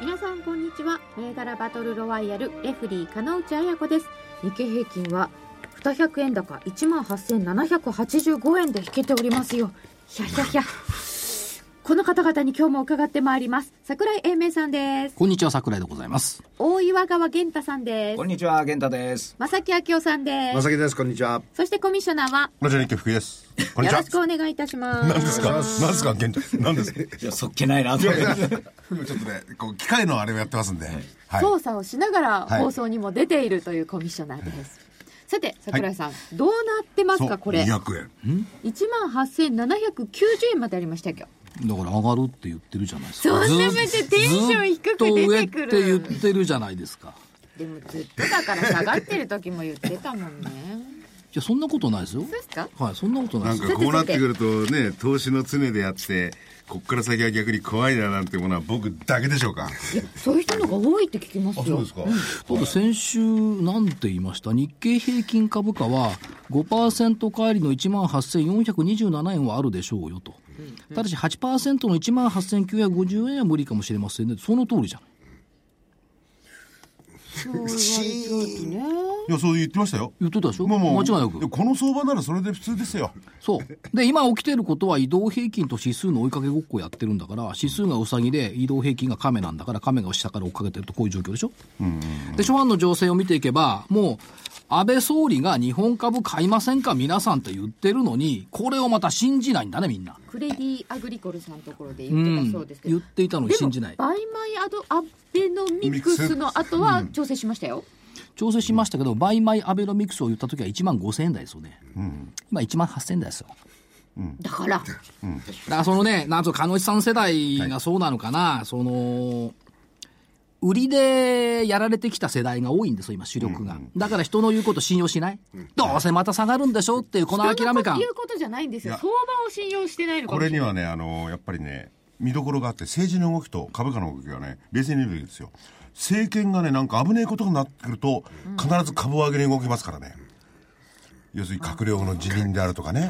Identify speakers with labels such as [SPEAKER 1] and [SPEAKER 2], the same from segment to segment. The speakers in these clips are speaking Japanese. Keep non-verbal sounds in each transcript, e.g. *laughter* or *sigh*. [SPEAKER 1] 皆さんこんにちは銘柄バトルロワイヤルレフリー金内彩子です日経平均は200円高18,785円で引けておりますよひゃひゃひゃこの方々に今日も伺ってまいります桜井英明さんです
[SPEAKER 2] こんにちは桜井でございます
[SPEAKER 1] 大岩川源太さんで
[SPEAKER 3] こ
[SPEAKER 1] す
[SPEAKER 3] んにちは、源太です。
[SPEAKER 1] 正木明夫さんで
[SPEAKER 4] ますさきです、こんにちは。
[SPEAKER 1] そしてコミッショナーは
[SPEAKER 5] こんにちは、日経福井です。こん
[SPEAKER 1] よ
[SPEAKER 5] にちは。
[SPEAKER 1] ろしくお願いいたします
[SPEAKER 5] 何ですか何ですか現在。 *laughs* 何
[SPEAKER 6] *laughs*
[SPEAKER 5] ですか
[SPEAKER 3] いや、そっけないなと思って。
[SPEAKER 5] 今ちょっとね、こう、機械のあれをやってますんで。はい。
[SPEAKER 1] 操作をしながら
[SPEAKER 5] はい
[SPEAKER 1] 放送にも出ているというコミッショナーです、さて桜井さん、どうなってますかこれ
[SPEAKER 5] 200円。
[SPEAKER 1] 1万8790円までありましたよ
[SPEAKER 2] だから上がるって言ってるじゃないですか
[SPEAKER 1] そんな
[SPEAKER 2] ず
[SPEAKER 1] めっちゃテンション低く出てくる
[SPEAKER 2] ずっと上って言ってるじゃないですか
[SPEAKER 1] でもずっとだから下がってる時も言ってたもんね
[SPEAKER 2] いやそんなことないですよ
[SPEAKER 1] そうですか
[SPEAKER 2] はいそんなことない
[SPEAKER 6] なん
[SPEAKER 2] です
[SPEAKER 6] かこ
[SPEAKER 2] よ
[SPEAKER 6] うなってくるとね、投資の常でやって、こっから先は逆に怖いななんてものは僕だけでしょうか。
[SPEAKER 1] そういう人の方が多いって聞きますよ
[SPEAKER 5] すか。
[SPEAKER 2] 僕先週なんて言いました日経平均株価は5%返りの1万8427円はあるでしょうよと、ただし8%の1万8950円は無理かもしれませんねその通りじゃん
[SPEAKER 5] いや、そう言ってましたよ。
[SPEAKER 2] 言ってたでしょ、
[SPEAKER 5] まあまあ
[SPEAKER 2] 間違いな
[SPEAKER 5] で
[SPEAKER 2] く
[SPEAKER 5] この相場ならそれで普通ですよ。
[SPEAKER 2] そうで今起きてることは移動平均と指数の追いかけごっこやってるんだから指数がウサギで移動平均が亀なんだから亀が下から追っかけてるとこういう状況でしょ、で初版の情勢を見ていけばもう安倍総理が日本株買いませんか皆さんって言ってるのにこれをまた信じないんだねみんな
[SPEAKER 1] クレディ・アグリコルさんのところで
[SPEAKER 2] う
[SPEAKER 1] 言ってた
[SPEAKER 2] ん
[SPEAKER 1] そうですけど、
[SPEAKER 2] 言っていたのに
[SPEAKER 1] でも
[SPEAKER 2] 信じない
[SPEAKER 1] バイマイアドアベノミクスの後は調整しましたよ、
[SPEAKER 2] 調整しましたけどバイマイアベノミクスを言った時は1万5000円台ですよね、今1万8000円台ですよ
[SPEAKER 1] だから
[SPEAKER 2] だからそのね、なんと、鹿野内さん世代がそうなのかな、その、売りでやられてきた世代が多いんですよ、今、主力が。だから人の言うこと信用しない、どうせまた下がるんでしょっていう、この諦め
[SPEAKER 1] 人の
[SPEAKER 2] 感
[SPEAKER 1] 言。うことじゃないんですよ
[SPEAKER 5] いや
[SPEAKER 1] 相場を信用してないのか
[SPEAKER 5] こ
[SPEAKER 1] も
[SPEAKER 5] れ
[SPEAKER 1] し
[SPEAKER 5] に
[SPEAKER 1] れない
[SPEAKER 5] はね、あの、やっぱりね、見どころがあって、政治の動きと株価の動きがね、冷静に見るべきですよ。政権がね、なんか危ねえことになってくると、必ず株を上げに動きますからね。要するに閣僚の辞任であるとかね。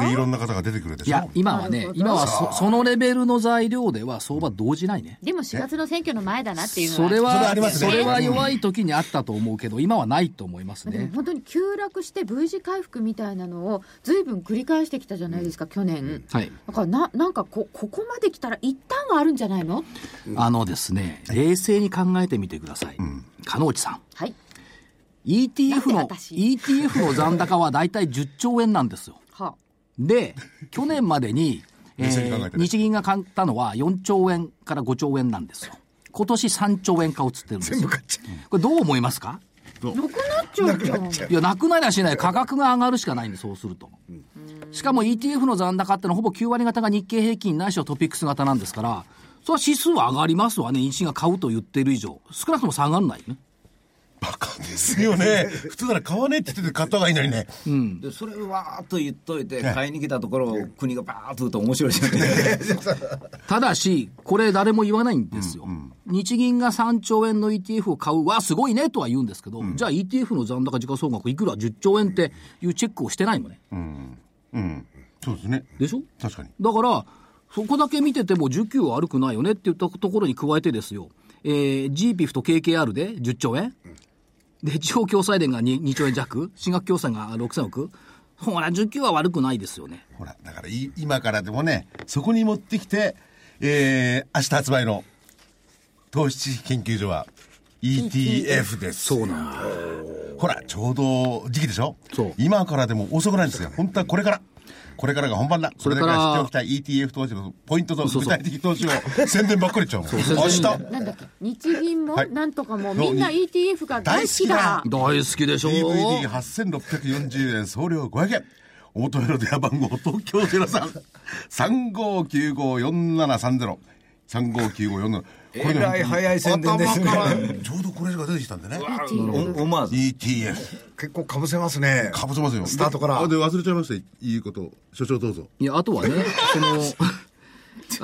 [SPEAKER 5] で、いろんな方が出てくるで
[SPEAKER 2] い
[SPEAKER 5] しょ。
[SPEAKER 2] や、今はね、今はそそのレベルの材料では相場動じないね。
[SPEAKER 1] でも4月の選挙の前だなっていうの
[SPEAKER 2] そ
[SPEAKER 1] は
[SPEAKER 2] れは、
[SPEAKER 5] そ
[SPEAKER 2] そ
[SPEAKER 5] れ
[SPEAKER 2] れ
[SPEAKER 5] はありますね
[SPEAKER 2] は弱い時にあったと思うけど、今はないと思います
[SPEAKER 1] でも
[SPEAKER 2] ね。
[SPEAKER 1] 本当に急落して V 字回復みたいなのを随分繰り返してきたじゃないですか、去年、
[SPEAKER 2] はい。
[SPEAKER 1] だからななんかこここまで来たら一旦はあるんじゃないの
[SPEAKER 2] あのですね、冷静に考えてみてください。鹿野内さん。
[SPEAKER 1] はい
[SPEAKER 2] ETF
[SPEAKER 1] な
[SPEAKER 2] の、
[SPEAKER 1] んで私
[SPEAKER 2] ETF の残高はだいたい10兆円なんですよ。
[SPEAKER 1] は *laughs*
[SPEAKER 2] で、去年までに、え
[SPEAKER 5] 冷静に考え
[SPEAKER 2] ー
[SPEAKER 5] てね
[SPEAKER 2] 日銀が買ったのは4兆円から5兆円なんですよ。今年3兆円買うっつってるんですよ。これどう思いますか
[SPEAKER 1] あなくなっちゃうじゃん
[SPEAKER 2] いや、なくなりゃしない。価格が上がるしかないんで、そうすると。しかも ETF の残高ってのはほぼ9割方が日経平均ないしはトピックス型なんですから、それは指数は上がりますわね。日銀が買うと言ってる以上。少なくとも下がらないよね。
[SPEAKER 5] バカですよね。普通なら買わねえって言ってて買った方がいいのにね。
[SPEAKER 3] で、それわーっと言っといて、買いに来たところを国がバーっと打ると面白いじゃないですか。
[SPEAKER 2] *laughs* ただし、これ誰も言わないんですよ。日銀が3兆円の ETF を買うはすごいねとは言うんですけど、じゃあ ETF の残高時価総額いくら10兆円っていうチェックをしてないのね。
[SPEAKER 5] うん。そうですね。
[SPEAKER 2] でしょ
[SPEAKER 5] 確かに。
[SPEAKER 2] だから、そこだけ見てても需給は悪くないよねって言ったところに加えてですよ、えー、GPIF と KKR で10兆円、で、地方共済連が 2, 2兆円弱、進学共済が6000億、ほら、需給は悪くないですよね。
[SPEAKER 5] ほら、だからい今からでもね、そこに持ってきて、えー、明日発売の投資知識研究所は ETF です。そうなんだ。ほら、ちょうど時期でしょ
[SPEAKER 2] そう
[SPEAKER 5] 今からでも遅くないんですよ。本当はこれから。これからが本番だ。
[SPEAKER 2] そ
[SPEAKER 5] そ
[SPEAKER 2] れ
[SPEAKER 5] れ
[SPEAKER 2] か
[SPEAKER 5] からら知っておきたい ETF 投資のポイントと
[SPEAKER 2] そう
[SPEAKER 5] 具
[SPEAKER 2] そう
[SPEAKER 5] 体的投資を宣伝ばっかり言っちゃうもん。明
[SPEAKER 2] 宣伝
[SPEAKER 5] 日。
[SPEAKER 1] なんだっけ日銀も
[SPEAKER 5] はい
[SPEAKER 1] なんとかもみんな
[SPEAKER 5] そうに
[SPEAKER 1] ETF が大好きだ
[SPEAKER 5] 大
[SPEAKER 2] 大好きでしょ
[SPEAKER 5] DVD8640 円送料500円オートメール電話番号東京03-3595-4730 35954
[SPEAKER 3] えらい早い宣伝ですね
[SPEAKER 5] 頭からちょうどこれが出てきたんでね
[SPEAKER 3] お思わず
[SPEAKER 5] ETF
[SPEAKER 4] 結構かぶせますね。
[SPEAKER 5] かぶせますよ
[SPEAKER 4] スタートから
[SPEAKER 5] あで忘れちゃいましたいいこと所長どうぞ
[SPEAKER 2] いや、あとはね、その、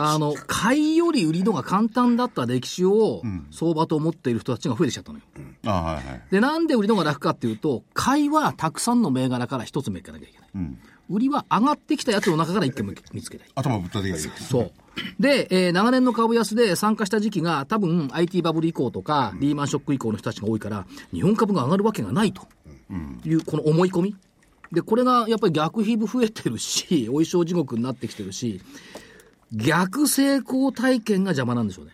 [SPEAKER 2] あの、買いより売りのが簡単だった歴史を相場と思っている人たちが増えてきちゃったのよ。
[SPEAKER 5] あはいはい
[SPEAKER 2] で、なんで売りのが楽かっていうと、買いはたくさんの銘柄から一つ目いかなきゃいけない。売りは上がってきたやつの中から一件も見つけない。
[SPEAKER 5] 頭ぶったてがいい
[SPEAKER 2] そう。で、えー長年の株安で参加した時期が多分 IT バブル以降とか、リーマンショック以降の人たちが多いから、日本株が上がるわけがないという、この思い込み。で、これがやっぱり逆皮膚増えてるし、 *laughs* お衣装地獄になってきてるし、逆成功体験が邪魔なんでしょうね。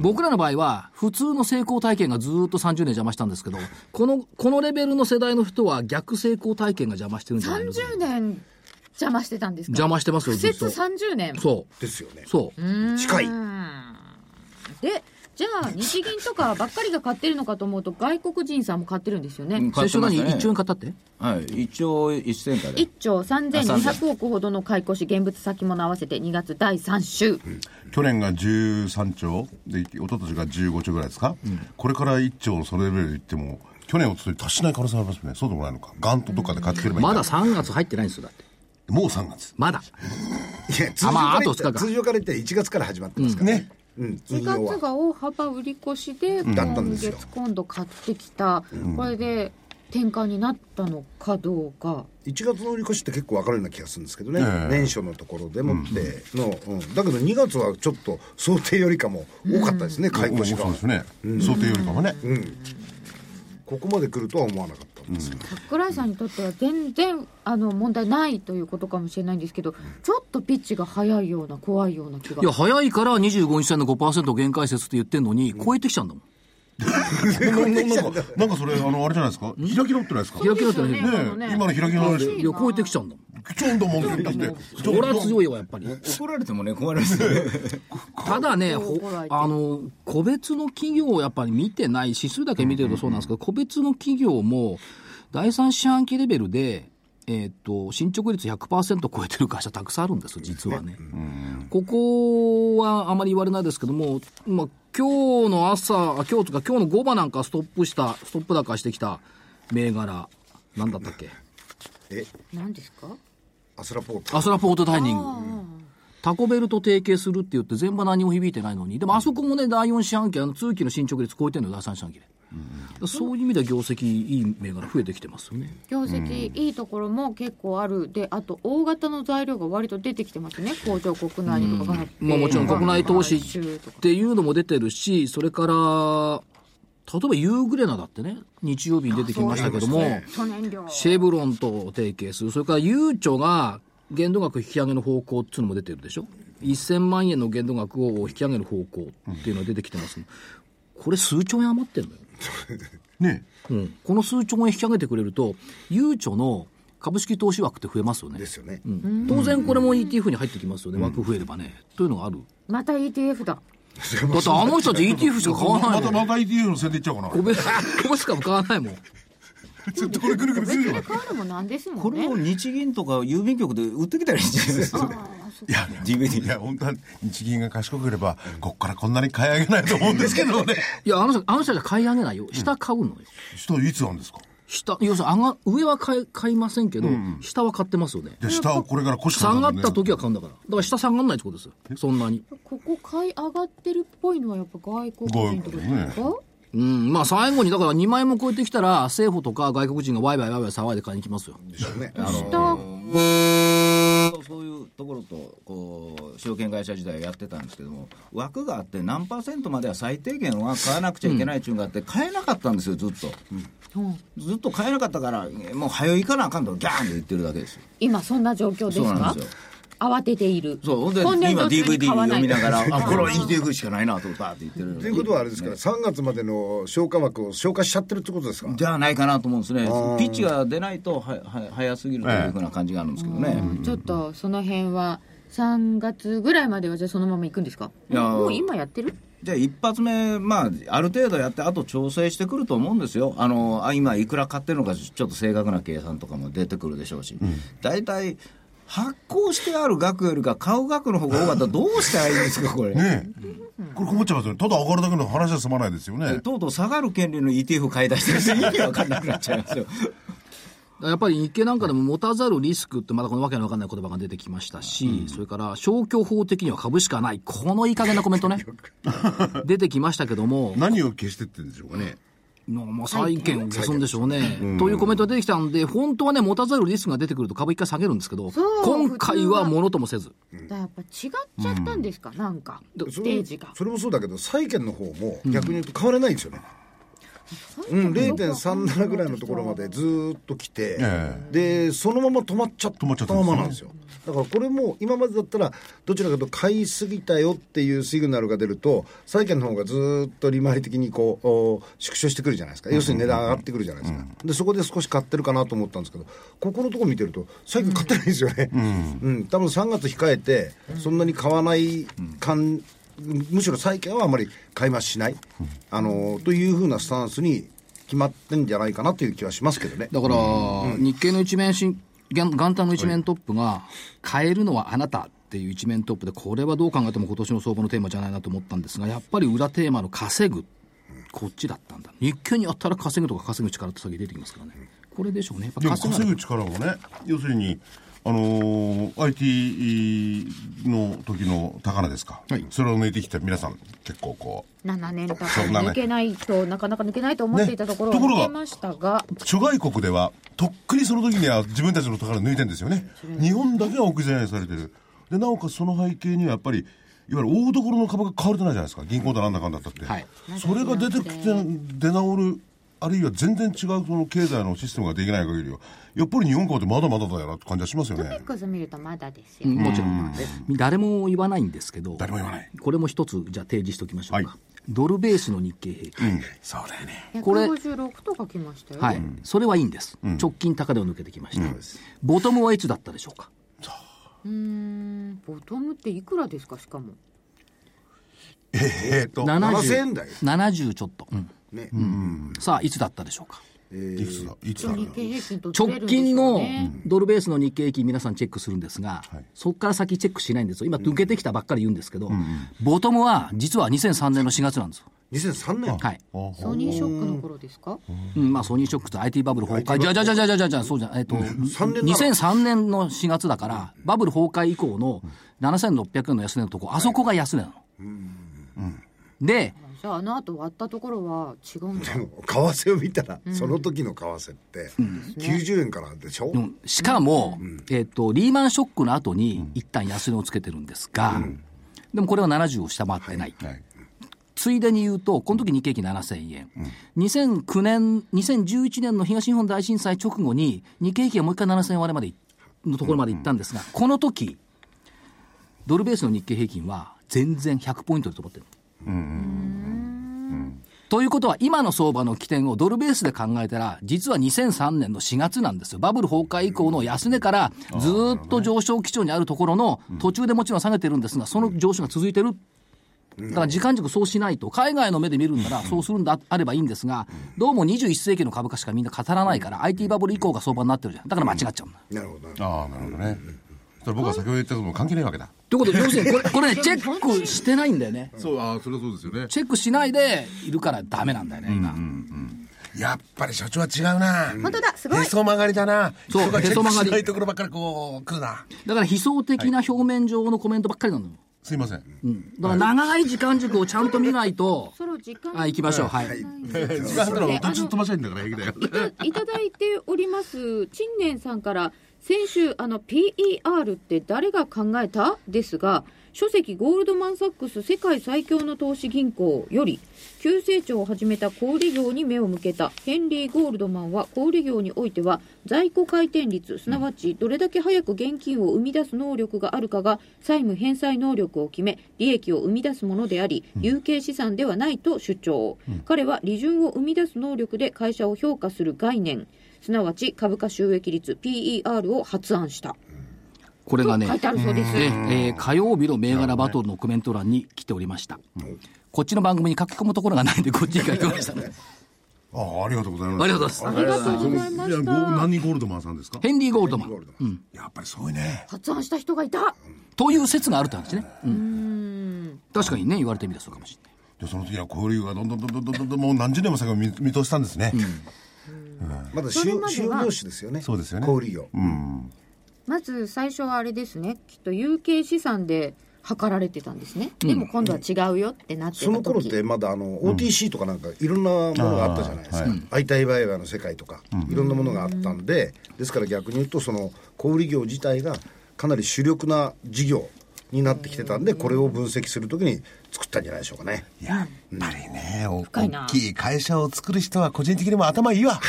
[SPEAKER 2] 僕らの場合は、普通の成功体験がずーっと30年邪魔したんですけど、この、このレベルの世代の人は逆成功体験が邪魔してるんじゃないの
[SPEAKER 1] 30年邪魔してたんですか
[SPEAKER 2] 邪魔してますよ、
[SPEAKER 1] 苦
[SPEAKER 2] ずっと
[SPEAKER 1] 節。30年
[SPEAKER 2] そう。
[SPEAKER 4] ですよね。
[SPEAKER 2] そう。
[SPEAKER 4] 近い。
[SPEAKER 1] でじゃあ日銀とかばっかりが買ってるのかと思うと外国人さんも買ってるんですよね、
[SPEAKER 3] うん買
[SPEAKER 2] 最
[SPEAKER 3] って
[SPEAKER 2] 初
[SPEAKER 3] ま
[SPEAKER 2] 何
[SPEAKER 3] すね
[SPEAKER 2] ?1 兆円買ったって
[SPEAKER 3] はい一応1000円から
[SPEAKER 1] 1兆3200億ほどの買い越し現物先物合わせて2月第3週、
[SPEAKER 5] 去年が13兆で一昨年が15兆ぐらいですか、これから1兆そのレベルでいっても去年おととい達しない可能性ありますよねそうでもないのかガンとどっかで買ってくればいいん
[SPEAKER 2] まだ3月入ってないんですよ、だって。
[SPEAKER 5] もう3月
[SPEAKER 2] まだ。
[SPEAKER 4] いや通常
[SPEAKER 2] あまあ
[SPEAKER 4] から
[SPEAKER 2] あと二日か
[SPEAKER 4] 通常から言ったら1月から始まってますからね。うん、通
[SPEAKER 1] 2
[SPEAKER 4] 常
[SPEAKER 1] 月
[SPEAKER 4] は。
[SPEAKER 1] が大幅売り越しで
[SPEAKER 4] だ
[SPEAKER 1] 今
[SPEAKER 4] ったんですよ
[SPEAKER 1] 月今度買ってきた、これで転換になったのかどうか
[SPEAKER 4] 1月の売り越しって結構分かるような気がするんですけどね、
[SPEAKER 5] ええ
[SPEAKER 4] 年初のところでもっての、うんだけど2月はちょっと想定よりかも多かったですね、買い越しが
[SPEAKER 5] そうですね、想定よりかもね、
[SPEAKER 4] ここまで来るとは思わなかったんですよ、
[SPEAKER 1] 桜井さんにとっては全然あの問題ないということかもしれないんですけどちょっとピッチが速いような怖いような気が
[SPEAKER 2] いや、早いから25日線の5%限界説って言ってんのに、超えてきちゃうんだもん。
[SPEAKER 5] なんかなんかなんかそれあのあれじゃないですか開き直ってないですか
[SPEAKER 2] 開き直っ
[SPEAKER 1] そ
[SPEAKER 2] て
[SPEAKER 1] う
[SPEAKER 2] ない
[SPEAKER 1] です
[SPEAKER 2] ね
[SPEAKER 1] よね。
[SPEAKER 5] ねえ今の開き直り
[SPEAKER 2] いや、超えてきちゃうんだもん。
[SPEAKER 5] ちょんどもんだって
[SPEAKER 2] そりゃ強いわ、やっぱり。
[SPEAKER 3] 怒られてもね困りますよね
[SPEAKER 2] *laughs* ただね、ほ
[SPEAKER 1] 怒られて
[SPEAKER 2] あの、個別の企業をやっぱり見てない、指数だけ見てるとそうなんですけど、個別の企業も、第三四半期レベルで、えーっと、進捗率100%超えてる会社たくさんあるんです、実はね。ここはあまり言われないですけども、まあ、今日の朝、あ今日とか今日の午後なんかストップした、ストップ高してきた銘柄、なんだったっけ
[SPEAKER 4] え
[SPEAKER 1] 何ですか
[SPEAKER 4] アスラポート
[SPEAKER 2] アスラポートダイニング。タコベルと提携するって言って全部何も響いてないのに。でもあそこもね、第4四半期、あの通期の進捗率超えてるのよ、第3四半期で。そういう意味では業績いい銘柄増えてきてますよね。
[SPEAKER 1] 業績いいところも結構あるであと大型の材料が割と出てきてますね工場国内にとかが入って
[SPEAKER 2] まあもちろん国内投資
[SPEAKER 1] 買収と
[SPEAKER 2] っ
[SPEAKER 1] か
[SPEAKER 2] ていうのも出てるし、それから、例えばユーグレナだってね、日曜日に出てきましたけども、
[SPEAKER 1] 去年量
[SPEAKER 2] シェブロンと提携する、それからゆうちょが限度額引き上げの方向っていうのも出てるでしょ、1000万円の限度額を引き上げる方向っていうのが出てきてます、これ、数兆円余ってるのよ、
[SPEAKER 5] ね
[SPEAKER 2] うん、この数兆円引き上げてくれると、ゆうちょの株式投資枠って増えますよね
[SPEAKER 4] で、すよね、
[SPEAKER 2] うん当然これも ETF に入ってきますよね、枠増えればね。というのがある。
[SPEAKER 1] また ETF だ
[SPEAKER 2] だってあの人たち ETF しか買わな
[SPEAKER 5] ま
[SPEAKER 2] いも
[SPEAKER 5] た
[SPEAKER 2] ん。
[SPEAKER 5] また ETF の宣伝いっちゃおうかな
[SPEAKER 2] 個別個別株買わないもん。
[SPEAKER 5] ずっとこれぐるぐるぐるぐる
[SPEAKER 1] 買うのもなんですも
[SPEAKER 3] こ
[SPEAKER 1] ん
[SPEAKER 3] れ
[SPEAKER 1] ね
[SPEAKER 3] を日銀とか郵便局で売ってきたらいいんじゃないですか
[SPEAKER 5] いや DVD いや本当は日銀が賢ければこっからこんなに買い上げないと思うんですけどね
[SPEAKER 2] いや、あの人、あの人たちは買い上げないよ。下買うのよ。
[SPEAKER 5] 下いつなんですか
[SPEAKER 2] 下、要するに上が、上は買い、買いませんけど、下は買ってますよね。
[SPEAKER 5] じゃあ下をこれから腰
[SPEAKER 2] 下がった時は買うんだから。だから下下がんないってことですよ。そんなに。
[SPEAKER 1] ここ買い上がってるっぽいのはやっぱ外国人とかですか、
[SPEAKER 2] うん。まあ最後に、だから2万円も超えてきたら、政府とか外国人がワイワイワイワイ騒いで買いに来ますよ。
[SPEAKER 4] でしょうね
[SPEAKER 3] そうそういうところとこう証券会社時代やってたんですけども枠があって何パーセントまでは最低限は買わなくちゃいけないっていうのがあって買えなかったんですよずっと、ずっと買えなかったからもう早いかなあかんとギャーンって言ってるだけですよ
[SPEAKER 1] 今そんな状況です
[SPEAKER 3] そうな
[SPEAKER 1] か
[SPEAKER 3] んですよ
[SPEAKER 1] 慌てている
[SPEAKER 3] そうほんで
[SPEAKER 1] 今年
[SPEAKER 3] 今
[SPEAKER 1] 度中に
[SPEAKER 3] DVD
[SPEAKER 1] 買わ
[SPEAKER 3] 読
[SPEAKER 1] ない
[SPEAKER 3] みなが
[SPEAKER 1] *laughs*
[SPEAKER 3] らあこれは ETF しかないなとバーって言ってる
[SPEAKER 4] ということはあれですから、3月までの消化枠を消化しちゃってるってことですか、
[SPEAKER 3] じゃあないかなと思うんですねピッチが出ないとはは早すぎるというふうな感じがあるんですけどね、
[SPEAKER 1] ちょっとその辺は3月ぐらいまではじゃあそのまま行くんですか
[SPEAKER 3] いやー
[SPEAKER 1] もう今やってる
[SPEAKER 3] じゃあ一発目、まあ、ある程度やって、あと調整してくると思うんですよ、あのあ今、いくら買ってるのか、ちょっと正確な計算とかも出てくるでしょうし、大体、発行してある額よりか買う額の方が多かったらどうしたらいいんですかこれ、
[SPEAKER 5] ねえこれ困っちゃいますよねただ上がるだけの話は済まないですよね
[SPEAKER 3] とうとう下がる権利の ETF 買い出してる意味わかんなくなっちゃいますよ
[SPEAKER 2] やっぱり日経なんかでも持たざるリスクってまだこのわけのわかんない言葉が出てきましたし、それから消去法的には株しかない、このいい加減なコメントね、 *laughs* 出てきましたけども、
[SPEAKER 6] 何を消してってんでしょうかね
[SPEAKER 2] のまあ、債券を消すんでしょうね、というコメントが出てきたんで、本当はね、持たざるリスクが出てくると株一回下げるんですけど、
[SPEAKER 1] そう
[SPEAKER 2] 今回はものともせず。
[SPEAKER 1] だからやっぱ違っちゃったんですか、なんかステージが
[SPEAKER 4] それもそうだけど債券の方も逆に言うと変われないんですよね、うん0.37ぐらいのところまでずーっと来て、
[SPEAKER 5] え
[SPEAKER 4] でそのまま止まっちゃっ
[SPEAKER 5] 止まっちゃったたんです
[SPEAKER 4] ま
[SPEAKER 5] ね
[SPEAKER 4] まなんですよだからこれも今までだったらどちらかというと買いすぎたよっていうシグナルが出ると債券の方がずーっと利回り的にこうお縮小してくるじゃないですか要するに値段上がってくるじゃないですか、でそこで少し買ってるかなと思ったんですけどここのところ見てると債券買ってないんですよねうん、多分3月控えてそんなに買わない感、むしろ債券はあまり買い増ししない、あのというふうなスタンスに決まってんじゃないかなという気はしますけどね。
[SPEAKER 2] だから、日経の一面新、元元旦の一面トップが、変えるのはあなたっていう一面トップで、これはどう考えても今年の相場のテーマじゃないなと思ったんですが、やっぱり裏テーマの稼ぐ、こっちだったんだ。日経にあったら稼ぐとか稼ぐ力って先出てきますからね。これでしょうね。やっぱ
[SPEAKER 5] でも
[SPEAKER 2] 稼
[SPEAKER 5] 稼
[SPEAKER 2] ぐ
[SPEAKER 5] ぐ力もね要するにあのー IT の時の高値ですか、
[SPEAKER 2] はい
[SPEAKER 5] それを抜いてきた皆さん結構こう
[SPEAKER 1] 7年経って
[SPEAKER 5] そうだね
[SPEAKER 1] 抜けないとなかなか抜けないと思っていたところを
[SPEAKER 5] ねところ
[SPEAKER 1] 抜
[SPEAKER 5] が
[SPEAKER 1] けましたが
[SPEAKER 5] 諸外国ではとっくにその時には自分たちの宝を抜いてるんですよね日本だけは置き去りにされてるでなおかつその背景にはやっぱりいわゆる大所の株が買われてないじゃないですか銀行だなんだかんだったって、
[SPEAKER 2] はい
[SPEAKER 5] それが出てきて出直るあるいは全然違うその経済のシステムができない限りはやっぱり日本株ってまだまだだよなって感じはしますよね
[SPEAKER 1] ピックス見るとまだです
[SPEAKER 2] う
[SPEAKER 1] よ、
[SPEAKER 2] んもちろん、誰も言わないんですけど、
[SPEAKER 5] 誰も言わない
[SPEAKER 2] これも一つ、じゃあ提示しておきましょうか。
[SPEAKER 5] はい
[SPEAKER 2] ドルベースの日経平均。
[SPEAKER 5] そうだよね
[SPEAKER 2] これ
[SPEAKER 1] 156とか来ましたよ、
[SPEAKER 2] はい、それはいいんです、直近高値を抜けてきました、ボトムはいつだったでしょうか、
[SPEAKER 1] うーんボトムっていくらですかしかも
[SPEAKER 5] えー、っと
[SPEAKER 2] 70
[SPEAKER 4] 70円台
[SPEAKER 2] 70ちょっと、うん
[SPEAKER 4] ね
[SPEAKER 2] さあいつだったでしょうか
[SPEAKER 5] いくつだいつだろう
[SPEAKER 1] 日経平均とずれ
[SPEAKER 2] 直
[SPEAKER 1] るんでしょう
[SPEAKER 2] 近の
[SPEAKER 1] ね
[SPEAKER 2] ドルベースの日経平均皆さんチェックするんですが、そこから先チェックしないんですよ今抜けてきたばっかり言うんですけど、ボトムは実は2003年の4月なんですよ
[SPEAKER 4] 2003年
[SPEAKER 2] はい、
[SPEAKER 1] ソニーショックの頃ですか
[SPEAKER 2] うんまあ、ソニーショックと IT バブル崩壊じゃあじゃあじゃあじゃあじゃあじゃあそうじゃんえっと、
[SPEAKER 4] 三年なの
[SPEAKER 2] 2003年の4月だからバブル崩壊以降の7600円の安値のとこあそこが安値なの、で
[SPEAKER 1] じゃああの後割ったところは違うんだ
[SPEAKER 4] でも為替を見たら、その時の為替って90円からでしょ、
[SPEAKER 2] うんしかも、えっと、リーマンショックの後に一旦安値をつけてるんですが、でもこれは70を下回ってない。ついでに言うと、この時日経平均7000円、2009年、2011年の東日本大震災直後に、日経平均はもう一回7000円割れまでいのところまで行ったんですが、この時ドルベースの日経平均は全然100ポイントで止まってる。ということは、今の相場の起点をドルベースで考えたら、実は2003年の4月なんですよ。バブル崩壊以降の安値から、ずーっと上昇基調にあるところの、途中でもちろん下げてるんですが、その上昇が続いてる。だから時間軸そうしないと、海外の目で見るんなら、そうするんだ、あればいいんですが、どうも21世紀の株価しかみんな語らないから、IT バブル以降が相場になってるじゃん。だから間違っちゃうんだ。
[SPEAKER 4] なるほどな
[SPEAKER 5] ああなるほどねそしたら僕は先ほど言ったことも関係ないわけだ
[SPEAKER 2] ということで、要するにこ *laughs* れ、これね、チェックしてないんだよね。
[SPEAKER 6] そうああそれはそうですよね
[SPEAKER 2] チェックしないでいるからダメなんだよね、今。
[SPEAKER 5] やっぱり所長は違うな
[SPEAKER 1] 本当だすごい、
[SPEAKER 5] へそ曲がりだな
[SPEAKER 2] そう
[SPEAKER 5] 人がチェック
[SPEAKER 2] へそ曲がり
[SPEAKER 5] しないところばっかりこう来るな
[SPEAKER 2] だから悲壮的な表面上のコメントばっかりなのよ。
[SPEAKER 5] すいません、
[SPEAKER 2] だから長い時間軸をちゃんと見ないと
[SPEAKER 1] その時間
[SPEAKER 2] あ行きましょう、はい。
[SPEAKER 6] 時間あったら途中飛ばしたいんだから平気だよ
[SPEAKER 1] いたいただいております陳年さんから先週あの PER って誰が考えたですが書籍ゴールドマン・サックス世界最強の投資銀行より急成長を始めた小売業に目を向けたヘンリー・ゴールドマンは小売業においては在庫回転率すなわちどれだけ早く現金を生み出す能力があるかが債務返済能力を決め利益を生み出すものであり有形資産ではないと主張、彼は利潤を生み出す能力で会社を評価する概念すなわち株価収益率 PER を発案した
[SPEAKER 2] これがね
[SPEAKER 1] 書い、てあるそうです
[SPEAKER 2] ええー火曜日の銘柄バトルのコメント *laughs* 欄に来ておりました。こっちの番組に書き込むところがないんで、こっちに書いてましたね。
[SPEAKER 5] ああ、ありがとうございます。
[SPEAKER 2] ありがとうございます
[SPEAKER 1] ありがとうございま
[SPEAKER 5] いや
[SPEAKER 1] し
[SPEAKER 5] ゴ
[SPEAKER 1] た
[SPEAKER 5] ー何ゴールドマンさんですか
[SPEAKER 2] ヘンリー・ゴールドマン。うん
[SPEAKER 5] やっぱりすごいね。
[SPEAKER 1] 発案した人がいた
[SPEAKER 2] という説があるって話ね。うん。確かにね、言われてみたらそうかもしれない。
[SPEAKER 5] で、その時は交流がどんどんどんどんどんどんどんもう何十年も先を見見通したんですね。
[SPEAKER 4] まだ
[SPEAKER 1] それ
[SPEAKER 4] 塩
[SPEAKER 1] まで
[SPEAKER 4] 塩
[SPEAKER 1] は
[SPEAKER 4] 業種ですよね
[SPEAKER 5] そうですよね
[SPEAKER 4] 小売業、
[SPEAKER 1] まず最初はあれですねきっと有形資産で測られてたんですね、でも今度は違うよってなってた時
[SPEAKER 4] その頃ってまだあの OTC とかなんかいろんなものがあったじゃないですか、相対売買の世界とかいろんなものがあったんで、ですから逆に言うとその小売業自体がかなり主力な事業になってきてたんでこれを分析するときに作ったんじゃないでしょうかね
[SPEAKER 5] やっぱりね、お
[SPEAKER 1] 深いな
[SPEAKER 5] 大きい会社を作る人は個人的にも頭いい *laughs* わ。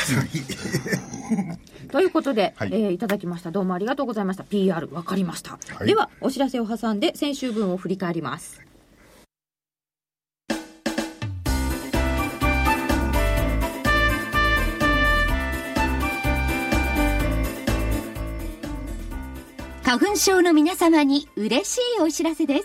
[SPEAKER 1] ということで、
[SPEAKER 5] はい
[SPEAKER 1] いえーいただきましたどうもありがとうございました PR わかりました、
[SPEAKER 5] い
[SPEAKER 1] ではお知らせを挟んで先週分を振り返ります
[SPEAKER 7] 花粉症の皆様に嬉しいお知らせです。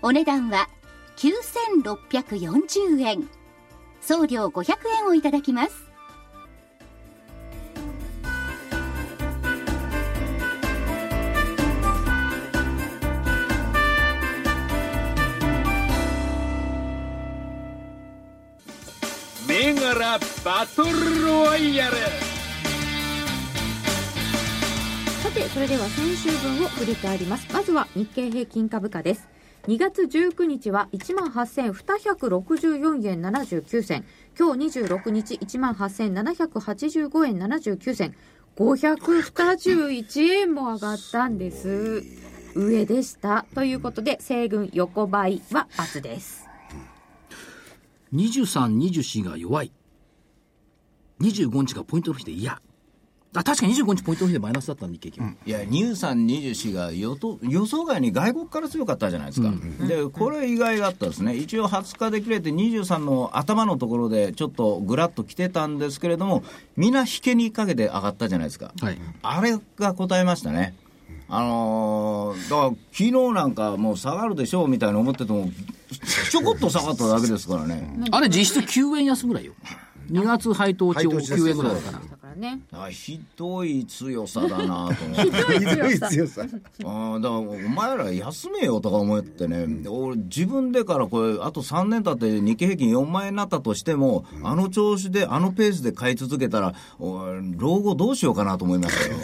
[SPEAKER 7] お値段は9640円送料500円をいただきます
[SPEAKER 8] 銘柄バトルロワイヤル
[SPEAKER 1] さてそれでは先週分を振り返りますまずは日経平均株価です2月19日は18,264円79銭今日26日18,785円79銭521円も上がったんです上でしたということで西軍横ばいは×です
[SPEAKER 2] 23、24が弱い。25日がポイントの日で嫌。あ、確かに25日ポイントの日でマイナスだったんで、結局。
[SPEAKER 3] いや、乳酸24が予と予想外に外国から強かったじゃないですか、でこれ、意外だったですね、一応20日で切れて、23の頭のところでちょっとぐらっと来てたんですけれども、みんな引けにかけて上がったじゃないですか、
[SPEAKER 2] はい
[SPEAKER 3] あれが答えましたね。あのーだから昨日なんかもう下がるでしょうみたいに思っててもちょこっと下がっただけですからね
[SPEAKER 2] あれ実質9円安ぐらいよ。2月配当値を9円ぐらいだから。
[SPEAKER 1] だからね
[SPEAKER 3] だからひどい強さだなと思って
[SPEAKER 4] ひど *laughs* い強さ
[SPEAKER 3] ああだからお前ら休めよとか思ってね、で俺自分でからこれあと3年経って日経平均4万円になったとしても、あの調子であのペースで買い続けたらお老後どうしようかなと思いましたよ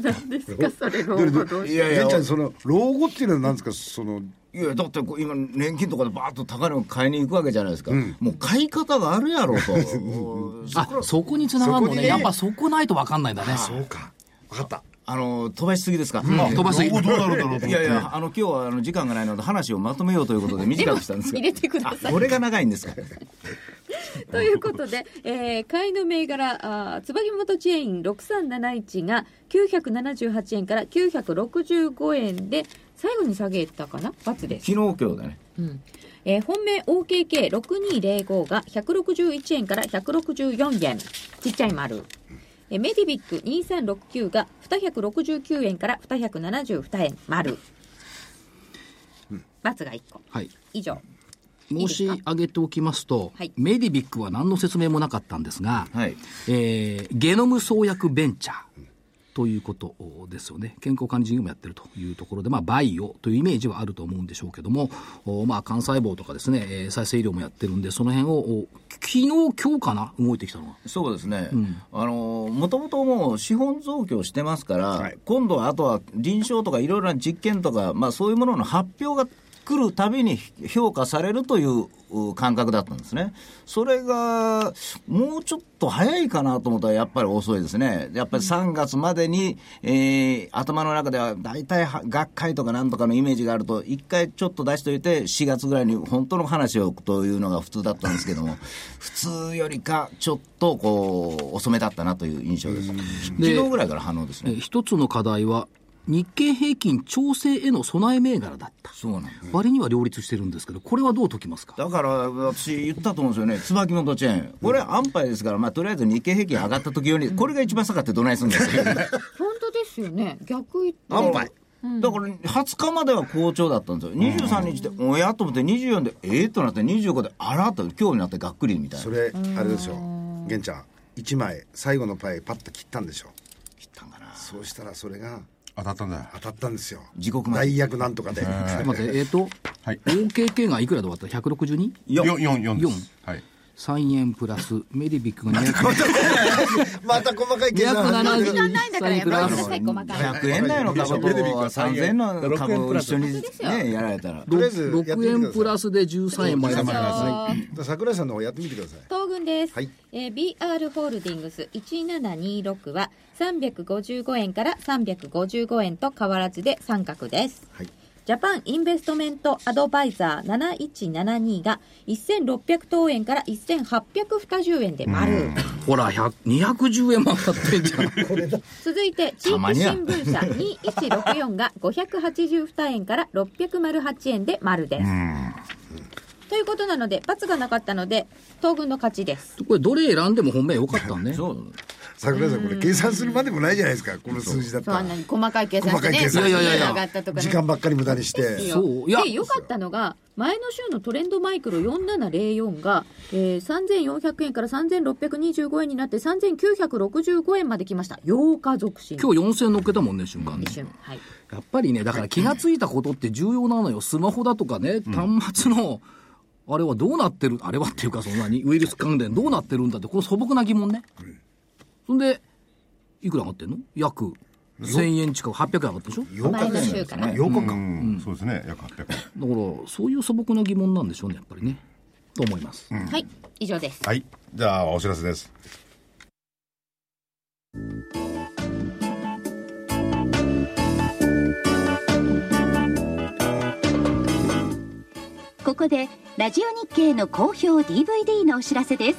[SPEAKER 1] 何ですかそれ老後どうし
[SPEAKER 3] いやい
[SPEAKER 4] じ
[SPEAKER 3] や
[SPEAKER 4] んちゃんその老後っていうのは何ですかその
[SPEAKER 3] いやだってこう今年金とかでバーッと高いの買いに行くわけじゃないですか、もう買い方があるやろとお
[SPEAKER 2] あ、そこにつながるの
[SPEAKER 4] そこ
[SPEAKER 2] ね
[SPEAKER 4] にね
[SPEAKER 2] やっぱそこないと分かんないんだね。
[SPEAKER 4] そうか分かった
[SPEAKER 3] あの飛ばしすぎですか、
[SPEAKER 2] 飛ばすぎ
[SPEAKER 5] 老後どうなるんだろうと思って。
[SPEAKER 3] いやいやあの今日はあの時間がないので話をまとめようということで短くしたんですが
[SPEAKER 1] 入れてください
[SPEAKER 3] あこれが長いんですか
[SPEAKER 1] ということで、えー、買いの銘柄あー椿本チェイン6371が978円から965円で最後に下げたかな×です、
[SPEAKER 3] 昨日今日だね
[SPEAKER 1] うんえー本命 OKK6205 が161円から164円ちっちゃい丸えーメディビック2369が269円から272円丸×が1個
[SPEAKER 2] はい。
[SPEAKER 1] 以上
[SPEAKER 2] 申し上げておきますと、
[SPEAKER 1] はい
[SPEAKER 2] メディビックは何の説明もなかったんですが、
[SPEAKER 3] はい
[SPEAKER 2] えーゲノム創薬ベンチャーということですよね。健康管理事業もやってるというところで、まあ、バイオというイメージはあると思うんでしょうけども、おまあ、幹細胞とかですね、えー再生医療もやってるんで、その辺を、お昨日、今日かな動いてきたのは。
[SPEAKER 3] そうですね、あのもともともう資本増強してますから、今度はあとは臨床とかいろいろな実験とか、まあ、そういうものの発表が来るたびに評価されるというう感覚だったんですね、それがもうちょっと早いかなと思ったら、やっぱり遅いですね、やっぱり3月までに、えー頭の中では大体は学会とかなんとかのイメージがあると、1回ちょっと出しておいて、4月ぐらいに本当の話を置くというのが普通だったんですけども、普通よりか、ちょっとこう遅めだったなという印象です、昨日ぐらいから反応です
[SPEAKER 2] え
[SPEAKER 3] ね。
[SPEAKER 2] ー一つの課題は、日経平均調整への備え銘柄だった。
[SPEAKER 3] そうなんです
[SPEAKER 2] 割には両立してるんですけど、これはどう解きますか
[SPEAKER 3] だから私言ったと思うんですよね、椿元チェーン、これは安牌ですから、まあ、とりあえず日経平均上がった時より、これが一番下がってどないすんですよ、
[SPEAKER 1] 本当ですよね逆言って
[SPEAKER 3] 安牌。だから20日までは好調だったんですよ、23日で、おやと思って、24で、ええとなって、25で、あらと、今日になってがっくりみたいな
[SPEAKER 4] そ、れあれですよ玄ちゃん1枚最後のパイパッと切ったんでしょ
[SPEAKER 3] 切ったんかな、
[SPEAKER 4] そうしたらそれが
[SPEAKER 5] 当たったんだよ
[SPEAKER 4] 当たったんですよ
[SPEAKER 3] 地獄まで
[SPEAKER 4] 大役なんとかで *laughs*
[SPEAKER 2] ちょっと待って、えっ、と、
[SPEAKER 5] はい
[SPEAKER 2] OKK がいくらで終わった ?162?
[SPEAKER 5] 4 4 4ですはい
[SPEAKER 2] 3円プラス、メリビックが200
[SPEAKER 4] また細かい計算
[SPEAKER 1] 時間ないんだか
[SPEAKER 2] 273
[SPEAKER 1] らや
[SPEAKER 2] 円
[SPEAKER 1] っ
[SPEAKER 2] プ
[SPEAKER 1] ぱ
[SPEAKER 2] ラ
[SPEAKER 1] り
[SPEAKER 2] ス
[SPEAKER 1] 細かい細かい
[SPEAKER 3] 100円台の *laughs* 株と3000円の株を一緒に、ね、やられたら、
[SPEAKER 4] とりあえずやってみ
[SPEAKER 2] 6
[SPEAKER 4] てください
[SPEAKER 2] 円プラスで13円マイナス。
[SPEAKER 4] 桜井さんの方やってみてください
[SPEAKER 1] 東軍です、
[SPEAKER 4] はい
[SPEAKER 1] えー BR ホールディングス1726は355円から355円と変わらずで三角です、
[SPEAKER 4] はい
[SPEAKER 1] ジャパンインベストメントアドバイザー7172が1600等円から1820円で丸
[SPEAKER 2] ほら、100 210円も上がってんじゃん。
[SPEAKER 1] 続いて地
[SPEAKER 3] たま
[SPEAKER 1] 域
[SPEAKER 3] には
[SPEAKER 1] 新聞社2164が582円から608円で丸です、ということなので罰がなかったので東軍の勝ちです
[SPEAKER 2] これ、どれ選んでも本命良かったんね。
[SPEAKER 3] そう
[SPEAKER 4] 桜井さんこれ計算するまでもないじゃないですかこの数字だっ
[SPEAKER 1] そ
[SPEAKER 4] た
[SPEAKER 1] うあ
[SPEAKER 4] ら
[SPEAKER 1] んなに細かい計算してね、
[SPEAKER 4] 細かい計算いやいや
[SPEAKER 2] いや
[SPEAKER 1] 上がったとかね
[SPEAKER 4] 時間ばっかり無駄にして
[SPEAKER 2] そういや
[SPEAKER 1] で良かったのが前の週のトレンドマイクロ4704が、えー、3400円から3625円になって3965円まで来ました8日続進
[SPEAKER 2] 今日4000乗っけたもんね、瞬間ね
[SPEAKER 1] 一。瞬はい
[SPEAKER 2] やっぱりね、だから気がついたことって重要なのよ。スマホだとかね、端末の、あれはどうなってる、あれはっていうか、そんなに、ウイルス関連どうなってるんだって、この素朴な疑問ね。そんで、いくら上がってんの約1000円近く、800円上がったでしょ
[SPEAKER 1] 前の週から
[SPEAKER 5] 8日間そうですね約800
[SPEAKER 2] だから、そういう素朴な疑問なんでしょうね、やっぱりね。と思います。
[SPEAKER 1] はい以上です
[SPEAKER 5] はいじゃあお知らせです
[SPEAKER 7] ここでラジオ日経の好評 DVD のお知らせです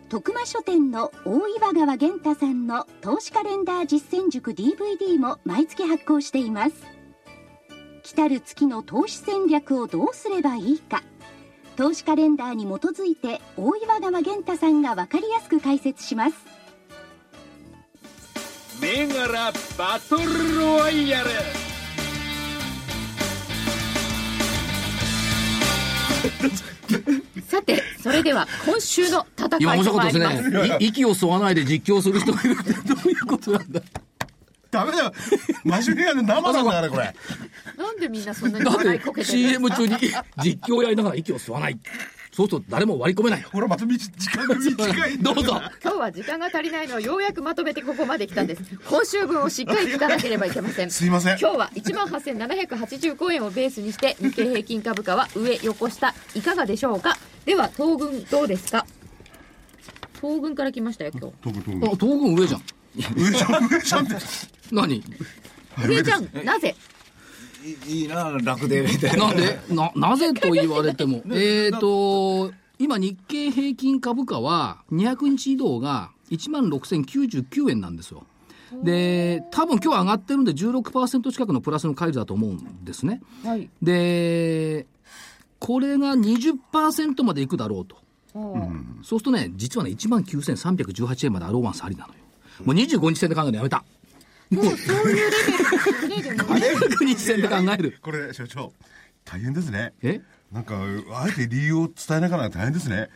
[SPEAKER 7] 徳間書店の大岩川源太さんの投資カレンダー実践塾 DVD も毎月発行しています来たる月の投資戦略をどうすればいいか投資カレンダーに基づいて大岩川源太さんが分かりやすく解説します
[SPEAKER 8] 銘柄バトルロワイヤル
[SPEAKER 1] さてそれでは今週の戦
[SPEAKER 2] 今
[SPEAKER 1] い
[SPEAKER 2] 面
[SPEAKER 1] と
[SPEAKER 2] 白か
[SPEAKER 1] 参
[SPEAKER 2] っ
[SPEAKER 1] り
[SPEAKER 2] た
[SPEAKER 1] ま
[SPEAKER 2] ですすね。い息を吸わないで実況する人がいるってどういうことなんだ。
[SPEAKER 5] ダメだよ真面目やね生なんだからこ *laughs* れ
[SPEAKER 1] なんでみんなそんなに
[SPEAKER 2] だ
[SPEAKER 1] 笑いこ
[SPEAKER 2] っ
[SPEAKER 1] け
[SPEAKER 2] て
[SPEAKER 1] てるん
[SPEAKER 2] CM
[SPEAKER 1] ですか
[SPEAKER 2] 中に実況やりながら息を吸わない。そうすると誰も割り込めないよ。
[SPEAKER 5] ほらまたみ時間が短い
[SPEAKER 2] どうぞ。
[SPEAKER 1] 今日は時間が足りないのをようやくまとめてここまで来たんです今週分をしっかり聞かなければいけません
[SPEAKER 5] すいません
[SPEAKER 1] 今日は18,785円をベースにして日経平均株価は上横下いかがでしょうかでは東軍どうですか東軍から来ましたよ今
[SPEAKER 5] トグト
[SPEAKER 2] あ、東軍上じゃん。
[SPEAKER 5] グ上ちゃん上ちゃんって
[SPEAKER 2] 何
[SPEAKER 1] 日上ちゃんなぜ
[SPEAKER 3] いいいな、楽でみた *laughs* いな。
[SPEAKER 2] なんでな、なぜと言われても。えっと、今日経平均株価は200日移動が16,099円なんですよ。で、多分今日上がってるんで16%近くのプラスの乖離だと思うんですね。
[SPEAKER 1] はい
[SPEAKER 2] で、これが20%までいくだろうと。そうするとね、実はね、19,318円までアローワンスありなのよ。もう25日線で考えるのやめた。もう、 *laughs* そういうレベル。25日線で考える。
[SPEAKER 5] これ所長大変ですね
[SPEAKER 2] え
[SPEAKER 5] なんかあえて理由を伝えながら大変ですね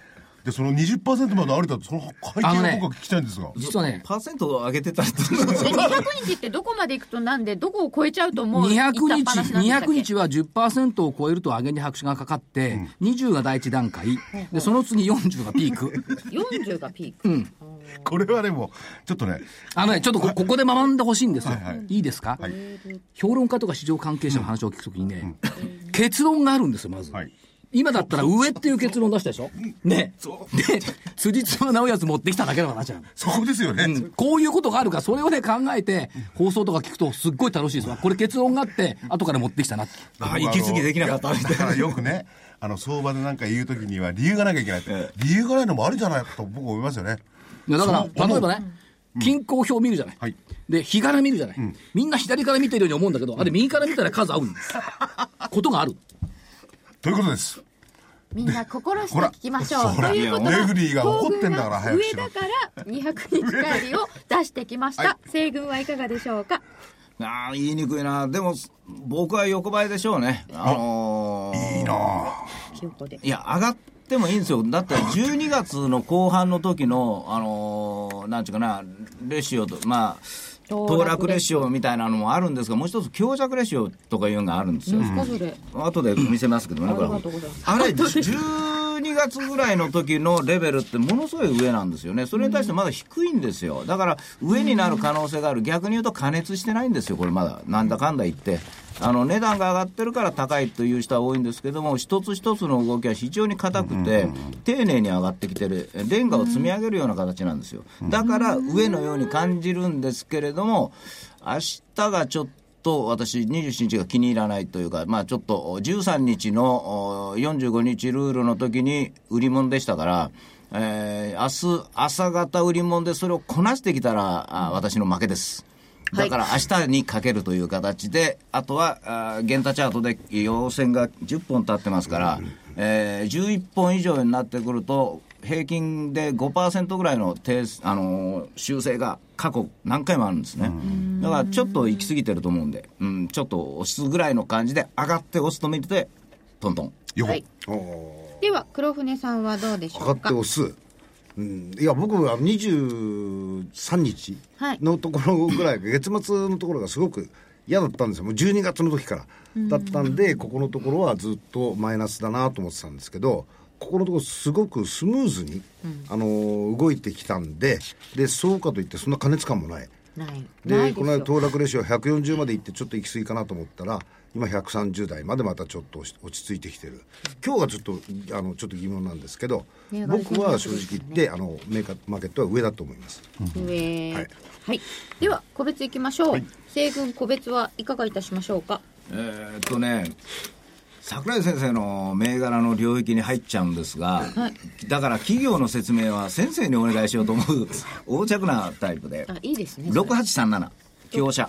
[SPEAKER 5] でその20%までありだとその背
[SPEAKER 2] あの
[SPEAKER 5] 景を
[SPEAKER 2] ね
[SPEAKER 5] 僕は聞きたいんですが、
[SPEAKER 2] 実はね、
[SPEAKER 3] パーセントを上げてたって
[SPEAKER 1] 200日ってどこまで行くとなんでどこを超えちゃうともう
[SPEAKER 2] 200
[SPEAKER 1] 行ったっぱなし
[SPEAKER 2] 日、
[SPEAKER 1] なんでしたっけ
[SPEAKER 2] 200日は10%を超えると上げに拍手がかかって、20が第一段階、で、その次40がピーク。
[SPEAKER 1] 40がピーク、
[SPEAKER 5] これはでもちょっとね
[SPEAKER 2] あのね、ちょっとこここで学んでほしいんですよ。、
[SPEAKER 5] はいいはい
[SPEAKER 2] ですか、評論家とか市場関係者の話を聞くときにね、結論があるんですよ、まず。
[SPEAKER 5] はい
[SPEAKER 2] 今だったら上っていう結論出したでしょねで、辻褄直やつ持ってきただけの話なの。
[SPEAKER 5] そこですよね、
[SPEAKER 2] うんこういうことがあるから、それをね、考えて、放送とか聞くと、すっごい楽しいですわ。これ結論があって、後から持ってきたなって。
[SPEAKER 3] あ息継ぎできなかったみたい
[SPEAKER 5] だからよくねあの相場でなんか言う時には理由がなきゃいけないって理由がないのもあるんじゃないかと僕思いますよね
[SPEAKER 2] いやだか
[SPEAKER 5] そ
[SPEAKER 2] ら、
[SPEAKER 5] う
[SPEAKER 2] 例
[SPEAKER 5] 思
[SPEAKER 2] え
[SPEAKER 5] う
[SPEAKER 2] ばね、均衡表見るじゃない。
[SPEAKER 5] はい
[SPEAKER 2] で、日柄見るじゃない、みんな左から見てるように思うんだけど、あれ右から見たら数合うん
[SPEAKER 5] *laughs*
[SPEAKER 2] です。ことがある。
[SPEAKER 5] ということです
[SPEAKER 1] みんな心し
[SPEAKER 5] ほ
[SPEAKER 1] て
[SPEAKER 5] ら
[SPEAKER 1] 聞きましょう
[SPEAKER 5] ほら
[SPEAKER 1] ということは
[SPEAKER 5] レフリーが怒ってんだから早く
[SPEAKER 1] 上
[SPEAKER 5] しろ
[SPEAKER 1] だから200日帰りを出してきました、西軍はいかがでしょうか
[SPEAKER 3] なあ言いにくいなでも僕は横ばいでしょうねあのー、いい
[SPEAKER 1] 横で
[SPEAKER 3] や上がってもいいんですよだって12月の後半の時のあのー、なんちゅうかなレシオとまあ
[SPEAKER 1] 騰
[SPEAKER 3] 騰
[SPEAKER 1] 落
[SPEAKER 3] 落
[SPEAKER 1] レ
[SPEAKER 3] レ
[SPEAKER 1] シ
[SPEAKER 3] シ
[SPEAKER 1] オ
[SPEAKER 3] オみたいなのもあるんですがもう一つ強弱レシオとかいうのがあるんですよ、
[SPEAKER 1] もう少しで、
[SPEAKER 3] 後で見せますけどね、これ
[SPEAKER 1] ありがとうございま。
[SPEAKER 3] あれ、12月ぐらいの時のレベルってものすごい上なんですよね。それに対してまだ低いんですよ。だから上になる可能性がある。逆に言うと加熱してないんですよ、これまだ。なんだかんだ言って。あの、値段が上がってるから高いという人は多いんですけども、一つ一つの動きは非常に硬くて、丁寧に上がってきてる。レンガを積み上げるような形なんですよ。だから上のように感じるんですけれども、明日がちょっと、と私、27日が気に入らないというか、まあ、ちょっと13日のお45日ルールの時に売り物でしたから、えー明日朝方売り物でそれをこなしてきたら、あ私の負けです。だから明日にかけるという形で、あとは、あー源太チャートで陽線が10本立ってますから、えー11本以上になってくると、平均で5%ぐらいの低あのー修正が過去何回もあるんですね、だからちょっと行き過ぎてると思うんで、うん、ちょっと押すぐらいの感じで上がって押すと見てトントン
[SPEAKER 5] 横、
[SPEAKER 1] はいでは黒船さんはどうでしょ
[SPEAKER 4] か
[SPEAKER 1] う
[SPEAKER 4] か
[SPEAKER 1] か
[SPEAKER 4] って押す、うん、いや僕は23日
[SPEAKER 1] はい
[SPEAKER 4] のところぐらい、月末のところがすごく嫌だったんですよもう12月の時からだったんでここのところはずっとマイナスだなと思ってたんですけどここのところすごくスムーズに、あのー動いてきたんででそうかといってそんな過熱感もない
[SPEAKER 1] ない
[SPEAKER 4] で
[SPEAKER 1] ないですよ
[SPEAKER 4] この間騰落レシオ140まで行ってちょっと行き過ぎかなと思ったら今130台までまたちょっと落ち落ち着いてきてる今日がちょっとあのちょっと疑問なんですけど
[SPEAKER 1] 値上がり
[SPEAKER 4] 僕は正直言ってあのメーカーマーケットは上だと思います
[SPEAKER 1] 上は
[SPEAKER 4] はいい、
[SPEAKER 1] では個別いきましょう、西軍個別はいかがいたしましょうか
[SPEAKER 3] えーっとね桜井先生の銘柄の領域に入っちゃうんですが、だから企業の説明は先生にお願いしようと思 *laughs* う横着なタイプで
[SPEAKER 1] あいいですねそれ
[SPEAKER 3] 6837強者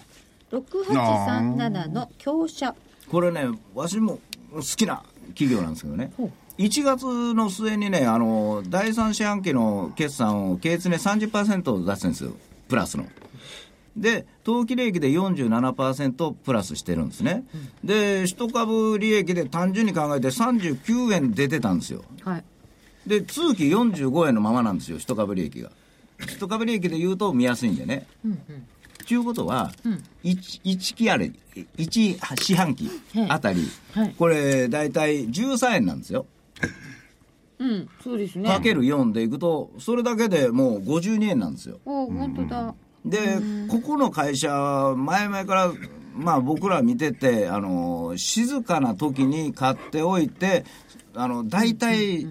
[SPEAKER 1] 6837の強者
[SPEAKER 3] これね私も好きな企業なんですけどね1月の末にねあの第三四半期の決算を経率ね30%出してるんですよプラスので当期利益で47%プラスしてるんですね、で一株利益で単純に考えて39円出てたんですよ
[SPEAKER 1] はい
[SPEAKER 3] で通期45円のままなんですよ一株利益が一株利益で言うと見やすいんでねと、いうことは、一一期あれ一四半期あたり、
[SPEAKER 1] はい
[SPEAKER 3] これ大体13円なんですよ
[SPEAKER 1] うんそうですね
[SPEAKER 3] かける4でいくとそれだけでもう52円なんですよ
[SPEAKER 1] お本当だ、
[SPEAKER 3] でここの会社は前々からまあ僕ら見ててあの静かな時に買っておいてあの大体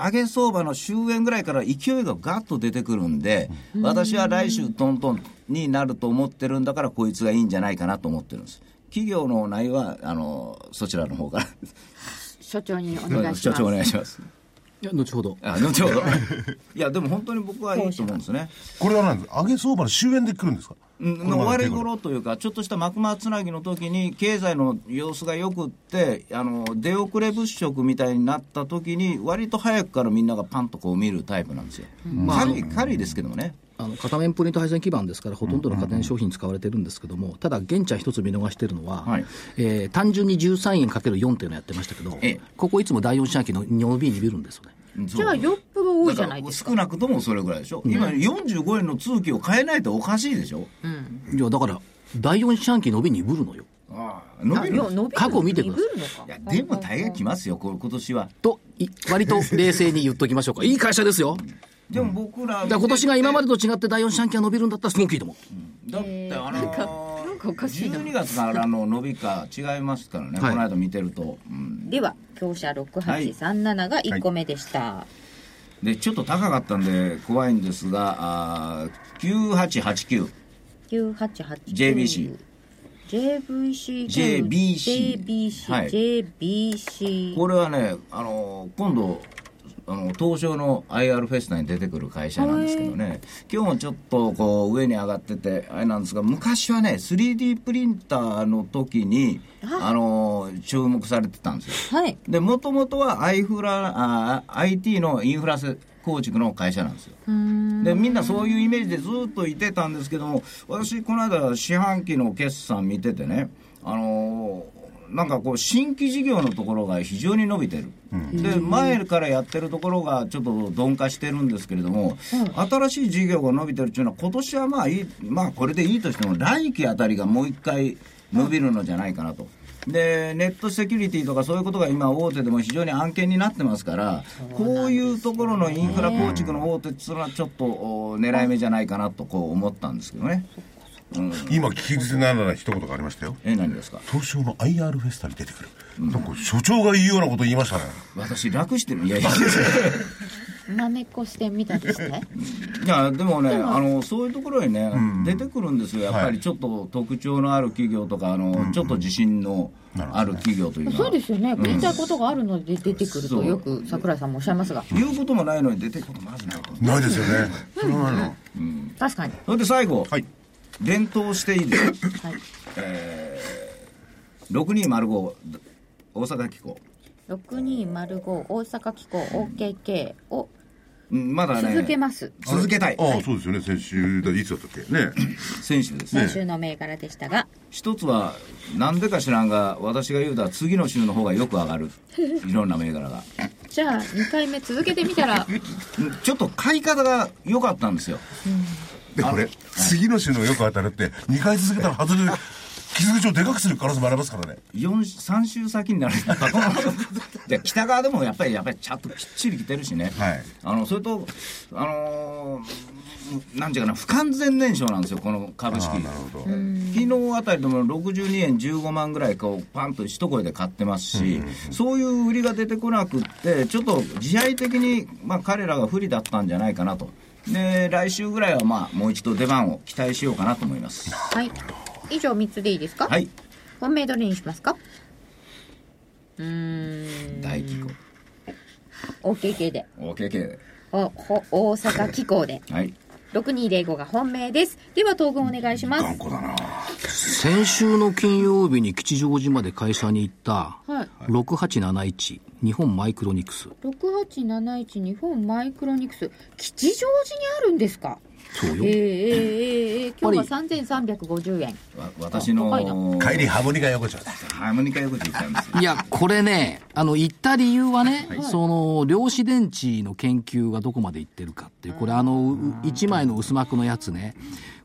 [SPEAKER 3] 上げ相場の終焉ぐらいから勢いがガッと出てくるんで私は来週トントンになると思ってるんだからこいつがいいんじゃないかなと思ってるんです企業の内容はあのそちらの方か
[SPEAKER 1] 所長にお願いし
[SPEAKER 3] ら
[SPEAKER 1] ます
[SPEAKER 3] *laughs* 所長お願いします
[SPEAKER 2] いや、後ほど。
[SPEAKER 3] あ後ほどいやでも本当に僕はいいと思うんですね
[SPEAKER 5] これは何です上げ相場の終焉で来るんですかこの
[SPEAKER 3] 終
[SPEAKER 5] 前の
[SPEAKER 3] わり頃というか、ちょっとした幕末つなぎの時に、経済の様子がよくって、あの出遅れ物色みたいになった時に、割と早くからみんながパンとこう見るタイプなんですよ、軽い軽いですけどもね、
[SPEAKER 2] あの片面プリント配線基盤ですから、ほとんどの家電商品使われてるんですけども、ただ、現茶一つ見逃してるのは、
[SPEAKER 3] はい
[SPEAKER 2] えー単純に13円かける4っていうのやってましたけど
[SPEAKER 3] ええ、
[SPEAKER 2] ここいつも第4四半期の 2B に見るんですよね。
[SPEAKER 1] じゃあよっぽど多いじゃないですか
[SPEAKER 3] 少なくともそれぐらいでしょ、今、45円の通期を変えないとおかしいでしょ、
[SPEAKER 2] いや、だから、第4四半期伸びにぶるのよ。
[SPEAKER 3] ああ伸びる
[SPEAKER 1] あよ伸びる
[SPEAKER 2] 過去見てください
[SPEAKER 1] 鈍るのか
[SPEAKER 3] いやでも大概来ますよ、これ今年は。
[SPEAKER 2] と、い割と冷静に言っときましょうか。いい会社ですよ。
[SPEAKER 3] でも僕
[SPEAKER 2] だ
[SPEAKER 3] ら、
[SPEAKER 2] から今年が今までと違って第4四半期が伸びるんだったらすごくいいと思う。
[SPEAKER 3] だってあのー
[SPEAKER 1] なんかおかしいな
[SPEAKER 3] 12月からの伸びか違いますからね、
[SPEAKER 2] はい
[SPEAKER 3] この間見てると、うん
[SPEAKER 1] では強者6837が1個目でした、
[SPEAKER 3] でちょっと高かったんで怖いんですがあー
[SPEAKER 1] 988
[SPEAKER 3] JBC
[SPEAKER 1] JVC
[SPEAKER 3] JBC
[SPEAKER 1] JBC、
[SPEAKER 3] はい9898これはね、あのー今度あの東証の IR フェスタに出てくる会社なんですけどね今日もちょっとこう上に上がっててあれなんですが昔はね 3D プリンターの時にあのー注目されてたんですよ
[SPEAKER 1] はい
[SPEAKER 3] で、もともとはアイフラあ IT のインフラ構築の会社なんですよ。で、みんなそういうイメージでずっといてたんですけども、私、この間、四半期の決算見ててね、あのーなんかこう新規事業のところが非常に伸びてる、で前からやってるところがちょっと鈍化してるんですけれども、新しい事業が伸びてるっていうのは今年はまあいいまあこれでいいとしても来期あたりがもう一回伸びるのじゃないかなと。でネットセキュリティとかそういうことが今大手でも非常に案件になってますからこういうところのインフラ構築の大手っていうのはちょっとお狙い目じゃないかなとこう思ったんですけどね
[SPEAKER 5] 今聞き捨てならない一言がありましたよ
[SPEAKER 3] え何ですか
[SPEAKER 5] 東証の IR フェスタに出てくる、なんか所長が言うようなこと言いましたね
[SPEAKER 3] 私楽してる *laughs* いやいや
[SPEAKER 1] なめっこしてみたですね
[SPEAKER 3] いやでもねあのそういうところにね、出てくるんですよやっぱ
[SPEAKER 5] は
[SPEAKER 3] り
[SPEAKER 5] い
[SPEAKER 3] ちょっと特徴のある企業とかあの、ちょっと自信のある企業というのは
[SPEAKER 1] そうですよね言いたいことがあるので出てくる
[SPEAKER 3] そ
[SPEAKER 1] と
[SPEAKER 3] う
[SPEAKER 1] よく桜井さんもおっしゃいますが
[SPEAKER 3] 言うこともないのに出てくることもあるじゃないか
[SPEAKER 5] ないですよねそれはないの
[SPEAKER 1] 確かに
[SPEAKER 3] それで最後、
[SPEAKER 5] はい
[SPEAKER 3] 連投していいですか
[SPEAKER 1] はい
[SPEAKER 3] 6205大阪機構
[SPEAKER 1] 6205大阪機構 OKK を
[SPEAKER 3] うんまだね
[SPEAKER 1] 続けます
[SPEAKER 3] 続けたい
[SPEAKER 5] ああそうですよね先週だいつだったっけね
[SPEAKER 3] 選手ですね
[SPEAKER 1] 先週の銘柄でしたが、
[SPEAKER 3] 一つはなんでか知らんが私が言うたら次の週の方がよく上
[SPEAKER 1] *laughs*
[SPEAKER 3] がるいろんな銘柄が
[SPEAKER 1] じゃあ2回目続けてみたら
[SPEAKER 3] うんちょっと買い方が良かったんですよ
[SPEAKER 5] でこれ次の週のよく当たるって2回続けたら外れる傷口をでかくする可能性もありますからね
[SPEAKER 3] 3週先になる
[SPEAKER 5] *laughs*
[SPEAKER 3] で北側でもやっぱりやっぱりちゃんときっちり来てるしね、
[SPEAKER 5] はい
[SPEAKER 3] あのそれとあのーなんていうかな不完全燃焼なんですよこの株式
[SPEAKER 5] なるほど
[SPEAKER 3] 昨日あたりでも62円15万ぐらいこうパンと一声で買ってますし、そういう売りが出てこなくってちょっと自敗的に、まあ、彼らが不利だったんじゃないかなとで来週ぐらいは、まあ、もう一度出番を期待しようかなと思
[SPEAKER 5] *laughs*
[SPEAKER 3] います
[SPEAKER 1] はい以上3つでいいですか、
[SPEAKER 3] はい
[SPEAKER 1] 本命どれにしますかうーん
[SPEAKER 3] 大機構
[SPEAKER 1] OKK で
[SPEAKER 3] OKK
[SPEAKER 1] おほ大阪機構で
[SPEAKER 3] はい
[SPEAKER 1] 6205が本命ですでは東軍お願いします
[SPEAKER 5] 頑固だな
[SPEAKER 2] 先週の金曜日に吉祥寺まで会社に行った、
[SPEAKER 1] はい
[SPEAKER 2] 6871日本マイクロニクス
[SPEAKER 1] 6871日本マイクロニクス吉祥寺にあるんですか
[SPEAKER 2] そう
[SPEAKER 1] え
[SPEAKER 2] よ、
[SPEAKER 1] ー、えー、えー、えー、今日は3350円
[SPEAKER 3] わ私の
[SPEAKER 1] あ高
[SPEAKER 3] ハ
[SPEAKER 5] 帰りハーモニカ横丁だ
[SPEAKER 3] ーモニカ横丁行ったんですよ
[SPEAKER 2] いやこれねあの行った理由はね、その量子電池の研究がどこまで行ってるかっていうこれあの1枚の薄膜のやつね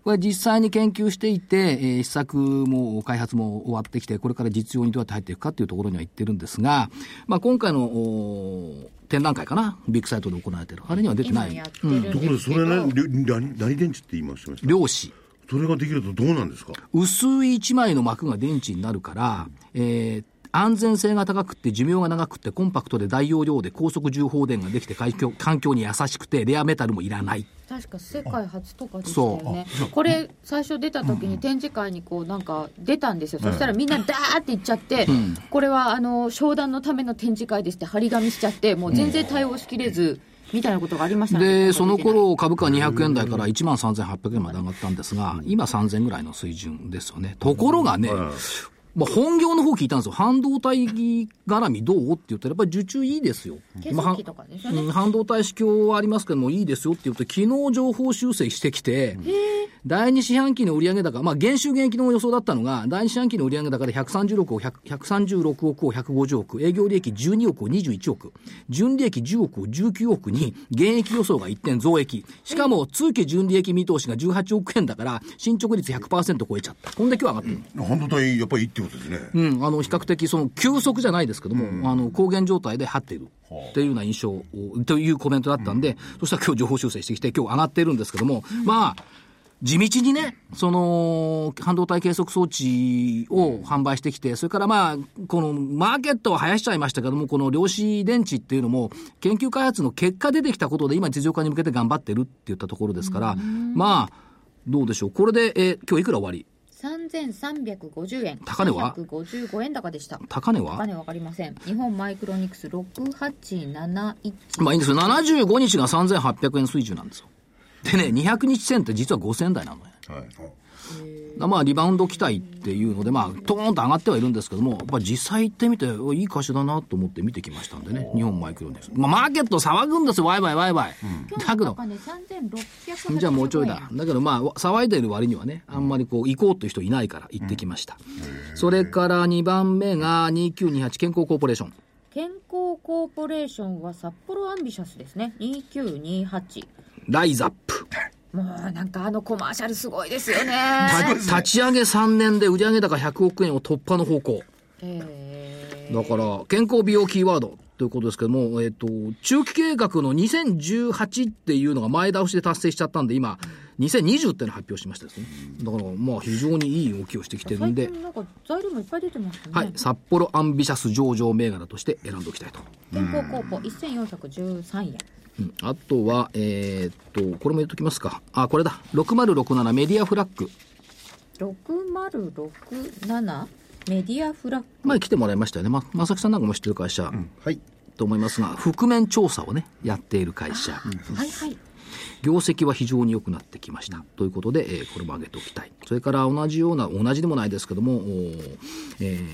[SPEAKER 2] これ実際に研究していて、えー試作も開発も終わってきてこれから実用にどうやって入っていくかっていうところには行ってるんですが、まあ、今回のお展覧会かなビッグサイトで行われてるあれには出てな
[SPEAKER 1] 今
[SPEAKER 2] い
[SPEAKER 1] やってるんです
[SPEAKER 6] とこ
[SPEAKER 1] けど、
[SPEAKER 6] ろでそれねりょ何何電池って言いましたました
[SPEAKER 2] 量子
[SPEAKER 6] それができるとどうなんですか
[SPEAKER 2] 薄い1枚の膜が電池になるから、えー安全性が高くて寿命が長くてコンパクトで大容量で高速重放電ができて環境環境に優しくてレアメタルもいらない
[SPEAKER 1] 確か世界初とかでしたよねこれ最初出た時に展示会にこうなんか出たんですよ、そしたらみんなダーって行っちゃって、これはあの商談のための展示会ですって張り紙しちゃってもう全然対応しきれず、みたいなことがありましたね
[SPEAKER 2] で、その頃、株価は200円台から1万3800円まで上がったんですが、今3000ぐらいの水準ですよね。ところがね、まあ、本業の方聞いたんですよ。半導体絡みどうって言ったら、やっぱり受注いいですよ。
[SPEAKER 1] 計算機とかですよね
[SPEAKER 2] うん半導体市況はありますけども、いいですよって言うと、昨日情報修正してきて、第2四半期の売上高、まあ、減収減益の予想だったのが、第2四半期の売上高で136億を100、136億を150億、営業利益12億を21億、純利益10億を19億に、減益予想が一点増益。しかも、通期純利益見通しが18億円だから、進捗率100%超えちゃった。こんだけは上がってる。
[SPEAKER 5] 半導体やっぱりいいってことですね。
[SPEAKER 2] うん、あの比較的、その急速じゃないですけども、あの抗原状態で張っているっていうような印象をというコメントだったんで、そしたら今日情報修正してきて、今日上がってるんですけども、まあ、地道にね、その、半導体計測装置を販売してきて、それからまあ、このマーケットは生やしちゃいましたけども、この量子電池っていうのも、研究開発の結果出てきたことで、今実用化に向けて頑張ってるって言ったところですから、まあ、どうでしょう。これで、えー今日いくら終わり
[SPEAKER 1] 3350円
[SPEAKER 2] 高値は
[SPEAKER 1] 155円高でした
[SPEAKER 2] 高値
[SPEAKER 1] 高
[SPEAKER 2] は
[SPEAKER 1] 値わかりません日本マイクロニクス6871
[SPEAKER 2] まあいいんですよ。75日が3800円水準なんですよ。でね、200日線って実は5000台なのね。まあリバウンド期待っていうので、まあ、トーンと上がってはいるんですけども、やっぱ実際行ってみて、おいい会社だなと思って見てきましたんでね、日本マイクロニクス。まあ、マーケット騒ぐんですよ、ワイワイワイワイ。だけど、
[SPEAKER 1] 高値3600円
[SPEAKER 2] じゃあもうちょいだ。だけどまあ、騒いでる割にはね、あんまりこう、行こうという人いないから行ってきました。それから2番目が2928健康コーポレーション。
[SPEAKER 1] 健康コーポレーションは札幌アンビシャスですね2928
[SPEAKER 2] ライザップ。
[SPEAKER 1] もうなんかあのコマーシャルすごいで
[SPEAKER 2] *laughs*
[SPEAKER 1] すよね
[SPEAKER 2] た立ち上げ3年で売上高100億円を突破の方向。
[SPEAKER 1] え
[SPEAKER 2] だから、健康美容キーワードということですけども、えっ、と、中期計画の2018っていうのが前倒しで達成しちゃったんで、今、2020っていうのを発表しましたですね。だから、まあ、非常にいい動きをしてきて
[SPEAKER 1] ー、
[SPEAKER 2] るん
[SPEAKER 1] 最
[SPEAKER 2] で、
[SPEAKER 1] 近なんか材料もいっぱい出てますね、
[SPEAKER 2] はい、札幌アンビシャス上場銘柄として選んでおきたいと。
[SPEAKER 1] 健康コーポ1413円
[SPEAKER 2] うんあとは、えーっと、これも言っときますか。あ、これだ。6067メディアフラッグ。
[SPEAKER 1] 6067メディアフラッグ
[SPEAKER 2] 前来てもらいましたよね。ま、まさきさんなんかも知ってる会社。
[SPEAKER 4] はい
[SPEAKER 2] と思いますが、覆面調査をね、やっている会社。
[SPEAKER 1] はいはい
[SPEAKER 2] 業績は非常に良くなってきました。ということで、えーこれも上げておきたい。それから同じような、同じでもないですけども、おーえー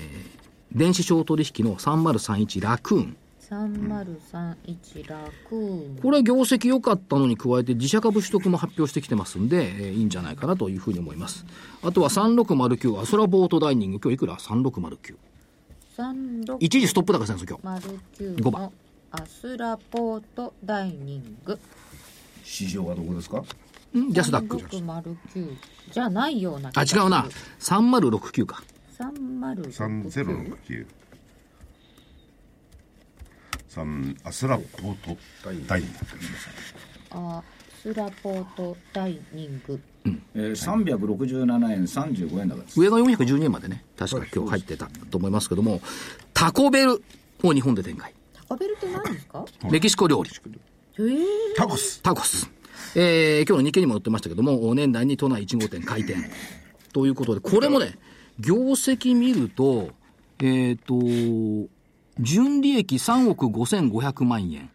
[SPEAKER 2] 電子商取引の3031ラクーン。
[SPEAKER 1] 3031ラクーン
[SPEAKER 2] これ業績良かったのに加えて自社株取得も発表してきてますんで、えーいいんじゃないかなというふうに思います。あとは3609、アソラボートダイニング。今日いくら ?3609。
[SPEAKER 1] 3609
[SPEAKER 2] 一時ストップ高したんですよ、今五番
[SPEAKER 1] のアスラポートダイニング
[SPEAKER 3] 市場はどこですか
[SPEAKER 2] 日。んジャスダック。
[SPEAKER 1] 3609じゃないような
[SPEAKER 2] あ、違うな。3069か。
[SPEAKER 1] 3069
[SPEAKER 6] 3069三アスラポートダイニング
[SPEAKER 1] アスラポートダイニング
[SPEAKER 3] えー、367円35円だからです
[SPEAKER 2] 上が412円までね、確か今日入ってたと思いますけども、タコベルを日本で展開。
[SPEAKER 1] タコベルって何ですか
[SPEAKER 2] メキシコ料理。
[SPEAKER 1] えー、
[SPEAKER 6] タコス
[SPEAKER 2] タコス。えー、今日の日経にも載ってましたけども、年内に都内1号店開店。ということで、これもね、業績見ると、えっ、と、純利益3億5500万円。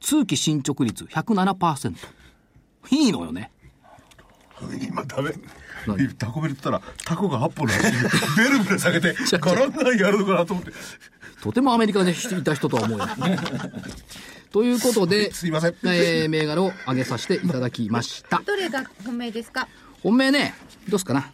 [SPEAKER 2] 通期進捗率107%。いいのよね。
[SPEAKER 6] 今ダメタコベルって言ったらタコが8本の足ベルベル下
[SPEAKER 2] *laughs*
[SPEAKER 6] げてガランガランやるのかなと思って
[SPEAKER 2] とてもアメリカにいた人とは思えない。 *laughs* ということで、
[SPEAKER 6] すいません
[SPEAKER 2] えー銘柄を上げさせていただきました。
[SPEAKER 1] どれが本命ですか
[SPEAKER 2] 本命ね、どうすかな。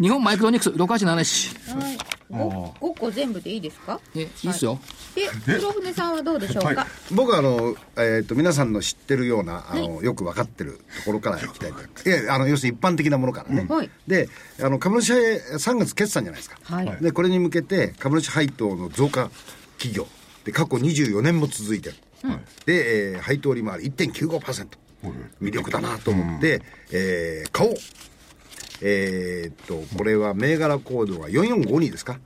[SPEAKER 2] 日本マイクロニクス6871。
[SPEAKER 1] はい 5, 個全部でいいですか
[SPEAKER 2] え、いいっすよ。
[SPEAKER 1] で黒船さんはどうでしょうか
[SPEAKER 4] 僕はあの、えー、と皆さんの知ってるようなあの、よく分かってるところからいきたいと思いますいやあの要するに一般的なものからね、
[SPEAKER 1] はい
[SPEAKER 4] であの株主3月決算じゃないですか、
[SPEAKER 1] はい
[SPEAKER 4] でこれに向けて株主配当の増加企業で過去24年も続いてる、で、えー配当利回り1.95%魅力だなと思って、えー買おうえー、っとこれは銘柄コードが4452ですか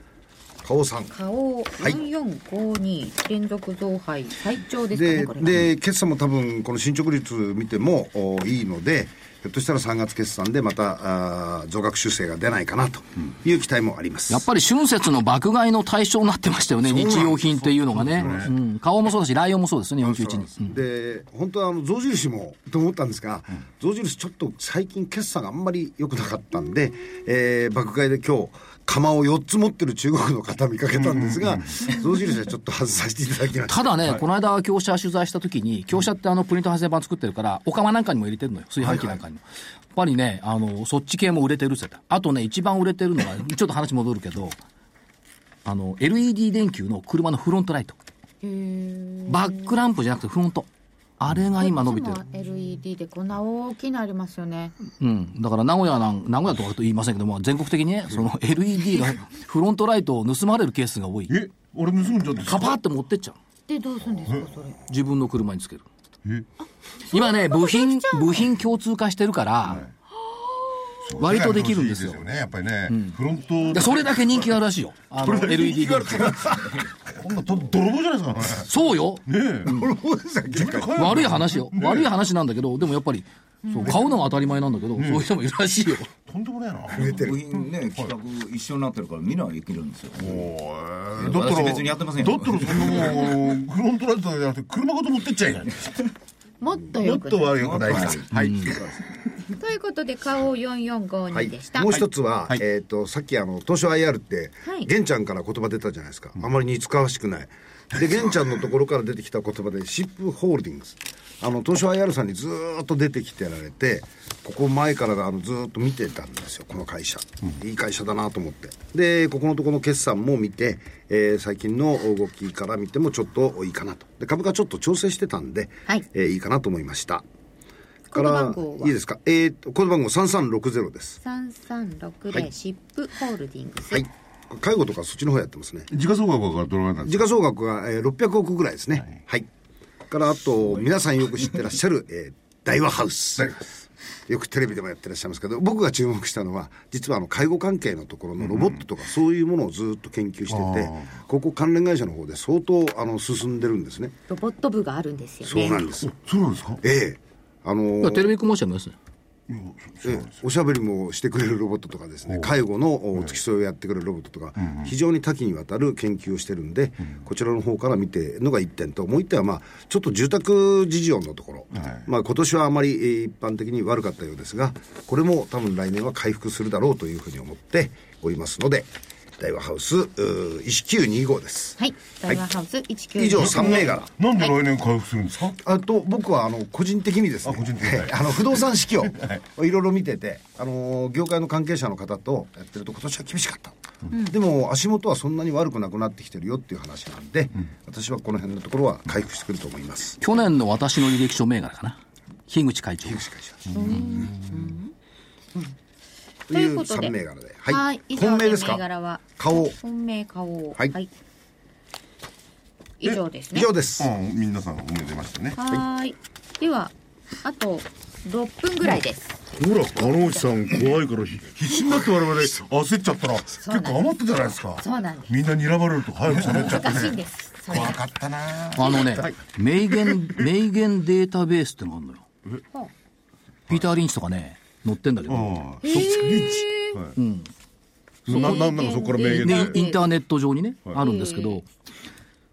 [SPEAKER 4] 買おうさん
[SPEAKER 1] 花王4452連続増配最長ですかね
[SPEAKER 4] で
[SPEAKER 1] これが
[SPEAKER 4] で決算も多分この進捗率見てもおいいので、ひょっとしたら3月決算でまたあー増額修正が出ないかなという期待もあります。
[SPEAKER 2] やっぱり春節の爆買いの対象になってましたよね、
[SPEAKER 4] そうなんです
[SPEAKER 2] 日用品っていうのがね。うん。顔もそうだし、ライオンもそうですよね、
[SPEAKER 4] そう
[SPEAKER 2] 41
[SPEAKER 4] なん
[SPEAKER 2] に
[SPEAKER 4] で。すで本当はあの象印もと思ったんですが、象印ちょっと最近決算があんまり良くなかったんで、えー爆買いで今日釜を4つ持ってる中国の方見かけたんですが、象印はちょっと外させていただきまし
[SPEAKER 2] た
[SPEAKER 4] た
[SPEAKER 2] だね、この間、業者取材したときに、業者ってあのプリント派生版作ってるから、お釜なんかにも入れてるのよ、炊飯器なんかにも。やっぱりね、あの、そっち系も売れてるって言ってたあとね、一番売れてるのは、ちょっと話戻るけど、あの、LED 電球の車のフロントライト。バックランプじゃなくてフロント。あれが今伸びてる
[SPEAKER 1] こ。っちも LED でこんな大きなありますよね
[SPEAKER 2] うん、だから名古屋なん、名古屋とかと言いませんけども、全国的にね、その LED のフロントライトを盗まれるケースが多い。
[SPEAKER 5] え俺盗んじゃって
[SPEAKER 2] カパーって持ってっちゃう。
[SPEAKER 1] でどうするんですかそれ
[SPEAKER 2] 自分の車につける。今ね、部品、部品共通化してるから、割とできるんですよ
[SPEAKER 5] 欲しいねやっぱりね、フロント
[SPEAKER 2] でそれだけ人気があるらしいよ。あの、LED 電球。
[SPEAKER 5] こんなと泥棒じゃないですか
[SPEAKER 2] そうよ。 *laughs* 悪い話よ。悪い話なんだけど、でもやっぱり、そう、買うのが当たり前なんだけど、そういう人もいるらしいよ。
[SPEAKER 5] とんでもないな
[SPEAKER 4] る
[SPEAKER 3] 部品ね企画一緒になってるからみんなできるんですよ
[SPEAKER 5] おい
[SPEAKER 3] いや私別にやってませんよ
[SPEAKER 5] だったらそんなもんフロントライトじゃなくて車ごと持ってっちゃいない
[SPEAKER 1] もっと
[SPEAKER 5] も
[SPEAKER 1] よ
[SPEAKER 5] っ
[SPEAKER 1] く
[SPEAKER 5] と悪いよくないからはい
[SPEAKER 1] ということで顔4452
[SPEAKER 4] はい
[SPEAKER 1] でした、、
[SPEAKER 4] もう一つは、
[SPEAKER 5] はい
[SPEAKER 4] えー、とさっきあの東証 IR って、
[SPEAKER 1] はい
[SPEAKER 4] 玄ちゃんから言葉出たじゃないですか、あまり似つかわしくないで玄ちゃんのところから出てきた言葉でシップホールディングスあの東証 IR さんにずーっと出てきてられてここ前からあのずーっと見てたんですよこの会社、いい会社だなと思ってでここのところの決算も見て、えー最近の動きから見てもちょっといいかなとで株価ちょっと調整してたんで、
[SPEAKER 1] はい
[SPEAKER 4] えーいいかなと思いました
[SPEAKER 1] コード番号はい
[SPEAKER 4] いですかえー、とコード番号3360です
[SPEAKER 1] 3360、
[SPEAKER 4] はい
[SPEAKER 1] シップホールディングス、
[SPEAKER 4] はい。介護とかそっちの方やってますね。
[SPEAKER 5] 時価総額はどれぐらいなんです
[SPEAKER 4] 時
[SPEAKER 5] か
[SPEAKER 4] 価総額が、えー、600億ぐらいですね。はい。から、あと、皆さんよく知ってらっしゃる、えー、大和ハウス。よくテレビでもやってらっしゃいますけど、僕が注目したのは、実はあの介護関係のところのロボットとか、そういうものをずっと研究してて、ここ関連会社の方で相当あの進んでるんですね。
[SPEAKER 1] ロボット部があるんですよ
[SPEAKER 4] そう
[SPEAKER 1] ね
[SPEAKER 4] なんです。
[SPEAKER 5] そうなんですか
[SPEAKER 4] ええあのー
[SPEAKER 2] テレビコマーシャルのやつね。
[SPEAKER 4] ええおしゃべりもしてくれるロボットとかですね介護のお付き添いをやってくれるロボットとか、非常に多岐にわたる研究をしてるんで、こちらの方から見てるのが1点ともう1点は、まあ、ちょっと住宅事情のところ、まあ、今年はあまりえー一般的に悪かったようですがこれも多分来年は回復するだろうというふうに思っておりますので大和ハウスうー1925です、
[SPEAKER 1] はい大和ハウス19
[SPEAKER 4] 以上3銘柄
[SPEAKER 5] なんで来年回復するんですか
[SPEAKER 4] あと僕はあの個人的にですね
[SPEAKER 5] あ個人的にはい
[SPEAKER 4] *laughs* あの不動産市況をいろいろ見てて、あのー業界の関係者の方とやってると今年は厳しかった、でも足元はそんなに悪くなくなってきてるよっていう話なんで、私はこの辺のところは回復してくると思います、
[SPEAKER 2] 去年の私の履歴書銘柄かな。樋口会長。
[SPEAKER 1] ということで
[SPEAKER 4] 3銘柄では、
[SPEAKER 1] はいい、以上
[SPEAKER 4] 本命
[SPEAKER 1] で
[SPEAKER 4] です
[SPEAKER 1] 銘柄
[SPEAKER 4] か
[SPEAKER 1] は
[SPEAKER 4] 顔
[SPEAKER 1] 本命顔を
[SPEAKER 4] はい
[SPEAKER 1] 以上です
[SPEAKER 4] 以
[SPEAKER 1] ね
[SPEAKER 4] 上です、
[SPEAKER 5] うん皆さんおめでましたね
[SPEAKER 1] はーいではあと6分ぐらいです、
[SPEAKER 6] ほら加納さん怖いからひ必死になって我々焦っちゃったら結構余ってじゃないですか
[SPEAKER 1] そうなんです
[SPEAKER 6] みんな睨まれると早く喋っちゃって
[SPEAKER 1] 難しいん
[SPEAKER 6] ね
[SPEAKER 1] ですそれが
[SPEAKER 5] かったな
[SPEAKER 2] あのね、名言、名言データベースってのがあるのよ。ピーター・リンチとかね、載ってんだけど、
[SPEAKER 6] そっちうんななんなのそこから名言
[SPEAKER 2] で
[SPEAKER 6] で
[SPEAKER 2] インターネット上にね、あるんですけど、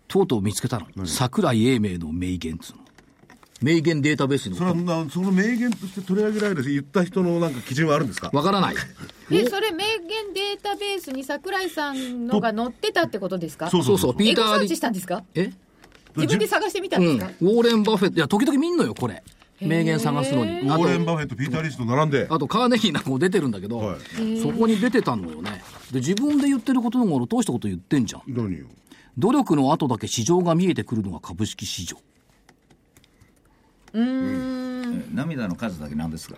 [SPEAKER 2] とうとう見つけたの。桜井英明の名言っつうの。名言データベースに
[SPEAKER 6] そ
[SPEAKER 2] 載
[SPEAKER 6] れ
[SPEAKER 2] っ
[SPEAKER 6] はなその名言として取り上げられる言った人のなんか基準はあるんですか
[SPEAKER 2] たわからない。
[SPEAKER 1] えそれ名言データベースに桜井さんのが載ってたってことですか
[SPEAKER 2] そうそう、ピ
[SPEAKER 1] エ
[SPEAKER 2] ータ
[SPEAKER 1] ゴ
[SPEAKER 2] ー・リ
[SPEAKER 1] サー
[SPEAKER 2] ン
[SPEAKER 1] チ
[SPEAKER 2] チ
[SPEAKER 1] し。たんですか
[SPEAKER 2] え
[SPEAKER 1] 自分で探してみたん
[SPEAKER 2] う
[SPEAKER 1] で
[SPEAKER 2] ん。ウ
[SPEAKER 1] すか、
[SPEAKER 2] ォーレン・バフェット、いや、時々見んのよ、これ。名言探すのに。
[SPEAKER 5] ウ
[SPEAKER 2] あ
[SPEAKER 5] ォー
[SPEAKER 2] と
[SPEAKER 5] レン・バフェットピーター・リンチと並んで
[SPEAKER 2] あとカーネギーなんかも出てるんだけど、
[SPEAKER 5] はい
[SPEAKER 2] そこに出てたのよね。で、自分で言ってることのも通したこと言ってんじゃん。
[SPEAKER 5] 何よ
[SPEAKER 2] 努力の後だけ市場が見えてくるのが株式市場。
[SPEAKER 3] 涙の数だけなんですが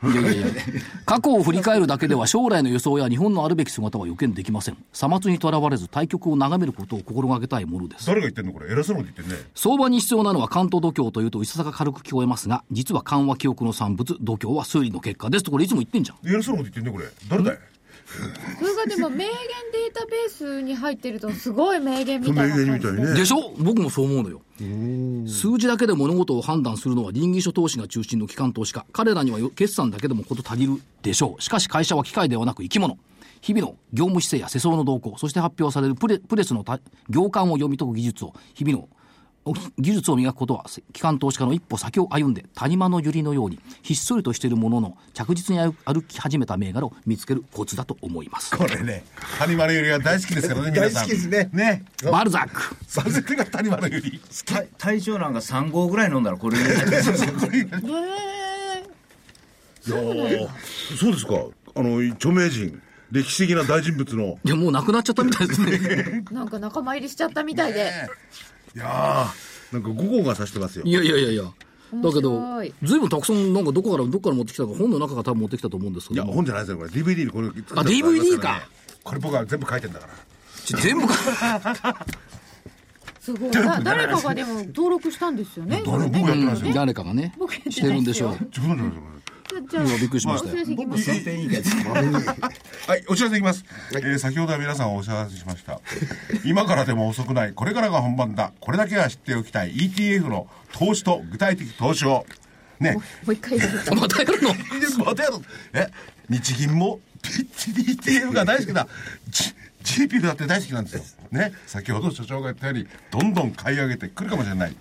[SPEAKER 2] 過去を振り返るだけでは将来の予想や日本のあるべき姿は予見できません。さまつにとらわれず対局を眺めることを心がけたいものです。
[SPEAKER 5] 誰が言ってんのこれ偉そうなこと言ってんね
[SPEAKER 2] 相場に必要なのは関東度胸というといささか軽く聞こえますが、実は緩和記憶の産物、度胸は推理の結果ですとこれいつも言ってんじゃん。
[SPEAKER 5] 偉そうなこと言ってんねこれ誰だい
[SPEAKER 1] これがかでも名言データベースに入ってるとすごい名言みたいな感じ
[SPEAKER 5] 名言みたい
[SPEAKER 1] で
[SPEAKER 5] ね
[SPEAKER 2] でしょ僕もそう思うのよ。数字だけで物事を判断するのは倫理書投資が中心の機関投資家。彼らにはよ決算だけでもこと足りるでしょう。しかし会社は機械ではなく生き物。日々の業務姿勢や世相の動向、そして発表されるプレプレスのた行間を読み解く技術を、日々のお技術を磨くことは、機関投資家の一歩先を歩んで、谷間の百合のように、ひっそりとしているものの、着実に歩歩き始めた銘柄を見つけるコツだと思います。
[SPEAKER 5] これね、谷丸よりは大好きですからね、皆さん。
[SPEAKER 4] 大好きですね
[SPEAKER 5] ね。
[SPEAKER 2] バルザック
[SPEAKER 5] さすが谷丸より。
[SPEAKER 3] た大将なんか3合ぐらい飲んだらこれぐらいになっちゃう
[SPEAKER 5] *laughs* いやーそうですか。あの、著名人、歴史的な大人物の。
[SPEAKER 2] いや、もうなくなっちゃったみたいですね。
[SPEAKER 1] なんか仲間入りしちゃったみたいで、
[SPEAKER 5] いやー、なんか5号が指してますよ
[SPEAKER 2] い。やいやいやいや。だけど
[SPEAKER 1] 面白い、
[SPEAKER 2] ずいぶんたくさん、なんかどこから、どこから持ってきたか、本の中から多分持ってきたと思うんですけ
[SPEAKER 5] いや、
[SPEAKER 2] ど、
[SPEAKER 5] 本じゃないですよ、これ。DVD にこれ。
[SPEAKER 2] あ DVD か。
[SPEAKER 5] これ僕は全部書いてんだから。
[SPEAKER 2] ち全部か、
[SPEAKER 1] すごいな誰かがでも登録したんですよね
[SPEAKER 5] 誰僕やってないですよ。
[SPEAKER 2] 誰かがね
[SPEAKER 1] 僕やって、ない
[SPEAKER 2] してるんでしょう。
[SPEAKER 5] 自分のじゃないですよこれ。
[SPEAKER 1] じゃあ
[SPEAKER 2] 今びっくりしましたよ
[SPEAKER 1] お知らせいきま
[SPEAKER 3] 僕
[SPEAKER 1] す
[SPEAKER 3] 先手にいいけど
[SPEAKER 5] はい、お知らせいきます。えー先ほどは皆さんお知らせしました。今からでも遅くない、これからが本番だ、これだけは知っておきたい ETF の投資と具体的投資を。ね。
[SPEAKER 1] もう一回言う
[SPEAKER 2] またやるの
[SPEAKER 5] またやろうえ、日銀も ETF が大好きだ。G- GPF だって大好きなんですよ。ね。先ほど所長が言ったように、どんどん買い上げてくるかもしれない。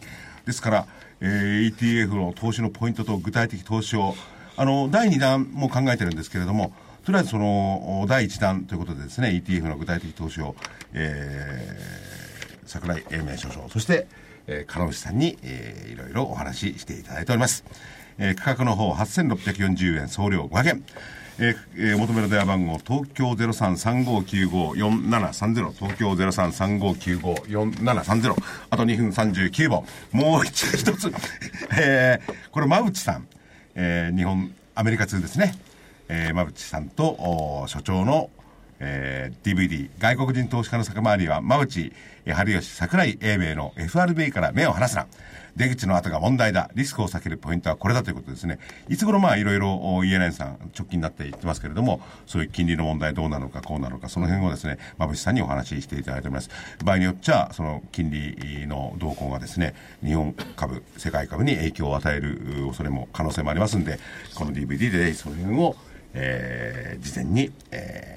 [SPEAKER 5] ですから、えー ETF の投資のポイントと具体的投資を、あの、第2弾も考えてるんですけれども、とりあえずその、お第1弾ということでですね、ETF の具体的投資を、えー桜井英明所長、そして、えー、金内さんに、えーいろいろお話ししていただいております。えー価格の方、8640円、送料500円。えーえー求める電話番号、東京0335954730、東京0335954730、あと2分39本。もう一つ、一つ。 *laughs* えーこれ、馬淵さん。えー日本、アメリカ通ですね。えー馬淵さんとおー所長の、えー DVD「外国人投資家の酒回りは馬淵えー春吉桜井英明の FRB から目を離すな」出口の後が問題だリスクを避けるポイントはこれだということですねいつ頃まあいろいろおイエレンさん直近になって言ってますけれどもそういう金利の問題どうなのかこうなのかその辺をですね馬淵さんにお話ししていただいております場合によっちゃその金利の動向がですね日本株世界株に影響を与えるう恐れも可能性もありますんでこの DVD でぜひその辺をえー事前に、え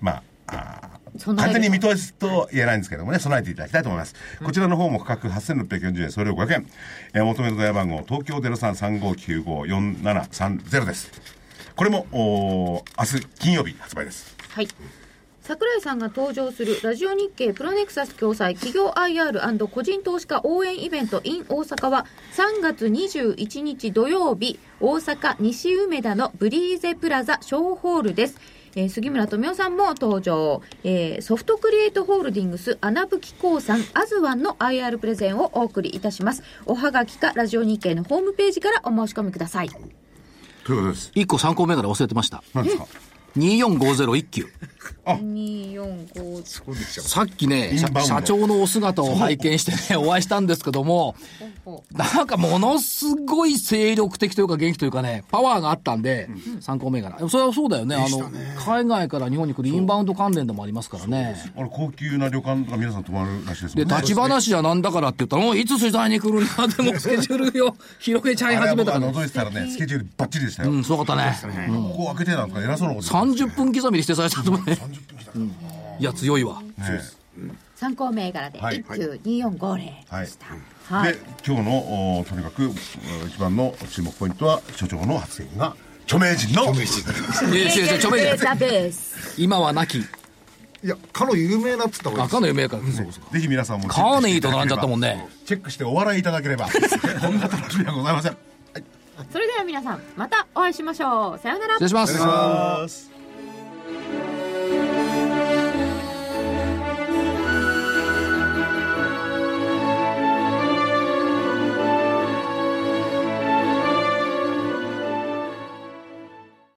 [SPEAKER 5] ーまあ、あー
[SPEAKER 1] 備え
[SPEAKER 5] 完
[SPEAKER 1] る
[SPEAKER 5] 全に見通しと言えないんですけどもね、備えていただきたいと思います。こちらの方も価格8640円、送料500円。えー、求めの電話番号、東京0335954730です。これも、おー明日金曜日発売です。
[SPEAKER 1] はい。桜井さんが登場するラジオ日経プロネクサス共催企業 IR& 個人投資家応援イベント in 大阪は3月21日土曜日大阪西梅田のブリーゼプラザ小ホールです。えー杉村富夫さんも登場、えーソフトクリエイトホールディングス穴吹興産アズワンの IR プレゼンをお送りいたしますおはがきかラジオ日経のホームページからお申し込みください
[SPEAKER 5] ということです。
[SPEAKER 2] 1個参考銘柄忘れてました。
[SPEAKER 5] 何ですか
[SPEAKER 2] 245019。
[SPEAKER 1] 2450
[SPEAKER 2] さっきね、
[SPEAKER 5] イン
[SPEAKER 2] 社
[SPEAKER 5] バウンド
[SPEAKER 2] 社長のお姿を拝見してね、お会いしたんですけども、なんかものすごい精力的というか元気というかね、パワーがあったんで、参考銘柄。でもそれはそうだよね。あの、海外から日本に来るインバウンド関連でもありますからね。
[SPEAKER 5] あれ、高級な旅館とか皆さん泊まるらしいです
[SPEAKER 2] で、
[SPEAKER 5] もんね。
[SPEAKER 2] 立ち話じゃなんだからって言ったら、もういつ取材に来るんだって、も *laughs* うスケジュールを広げちゃい
[SPEAKER 5] あれは
[SPEAKER 2] 始めた
[SPEAKER 5] 僕は
[SPEAKER 2] から。
[SPEAKER 5] 覗いてたらね、スケジュールバッチリでしたよ。
[SPEAKER 2] うん、すごかったね。
[SPEAKER 5] ここ開けてなんとか偉そうなこと言って
[SPEAKER 2] 30分刻みで否定されちゃったもん *laughs* ね。うんいや、強いわ。
[SPEAKER 5] ますね
[SPEAKER 1] 参考銘柄で
[SPEAKER 5] はい
[SPEAKER 1] 192450
[SPEAKER 5] はい
[SPEAKER 1] でした、はい
[SPEAKER 5] で今日のおとにかくお一番の注目ポイントは所長の発言が著名人の *laughs*
[SPEAKER 2] いや、違う違う、ちょめじゃ
[SPEAKER 1] データベース
[SPEAKER 2] 今はなき、
[SPEAKER 4] いやかの有名なっつった方がいい
[SPEAKER 2] 赤の夢やから。
[SPEAKER 5] ぜひ皆さんもチェックしていただけ
[SPEAKER 2] カ
[SPEAKER 5] れば
[SPEAKER 2] ーネイと並んじゃったもんね
[SPEAKER 5] チェックしてお笑いいただけ
[SPEAKER 2] *laughs*
[SPEAKER 5] ればこんな楽しみはございません
[SPEAKER 1] それでは皆さんまたお会いしましょうさようなら
[SPEAKER 2] 失礼します。
[SPEAKER 5] ありがとうございます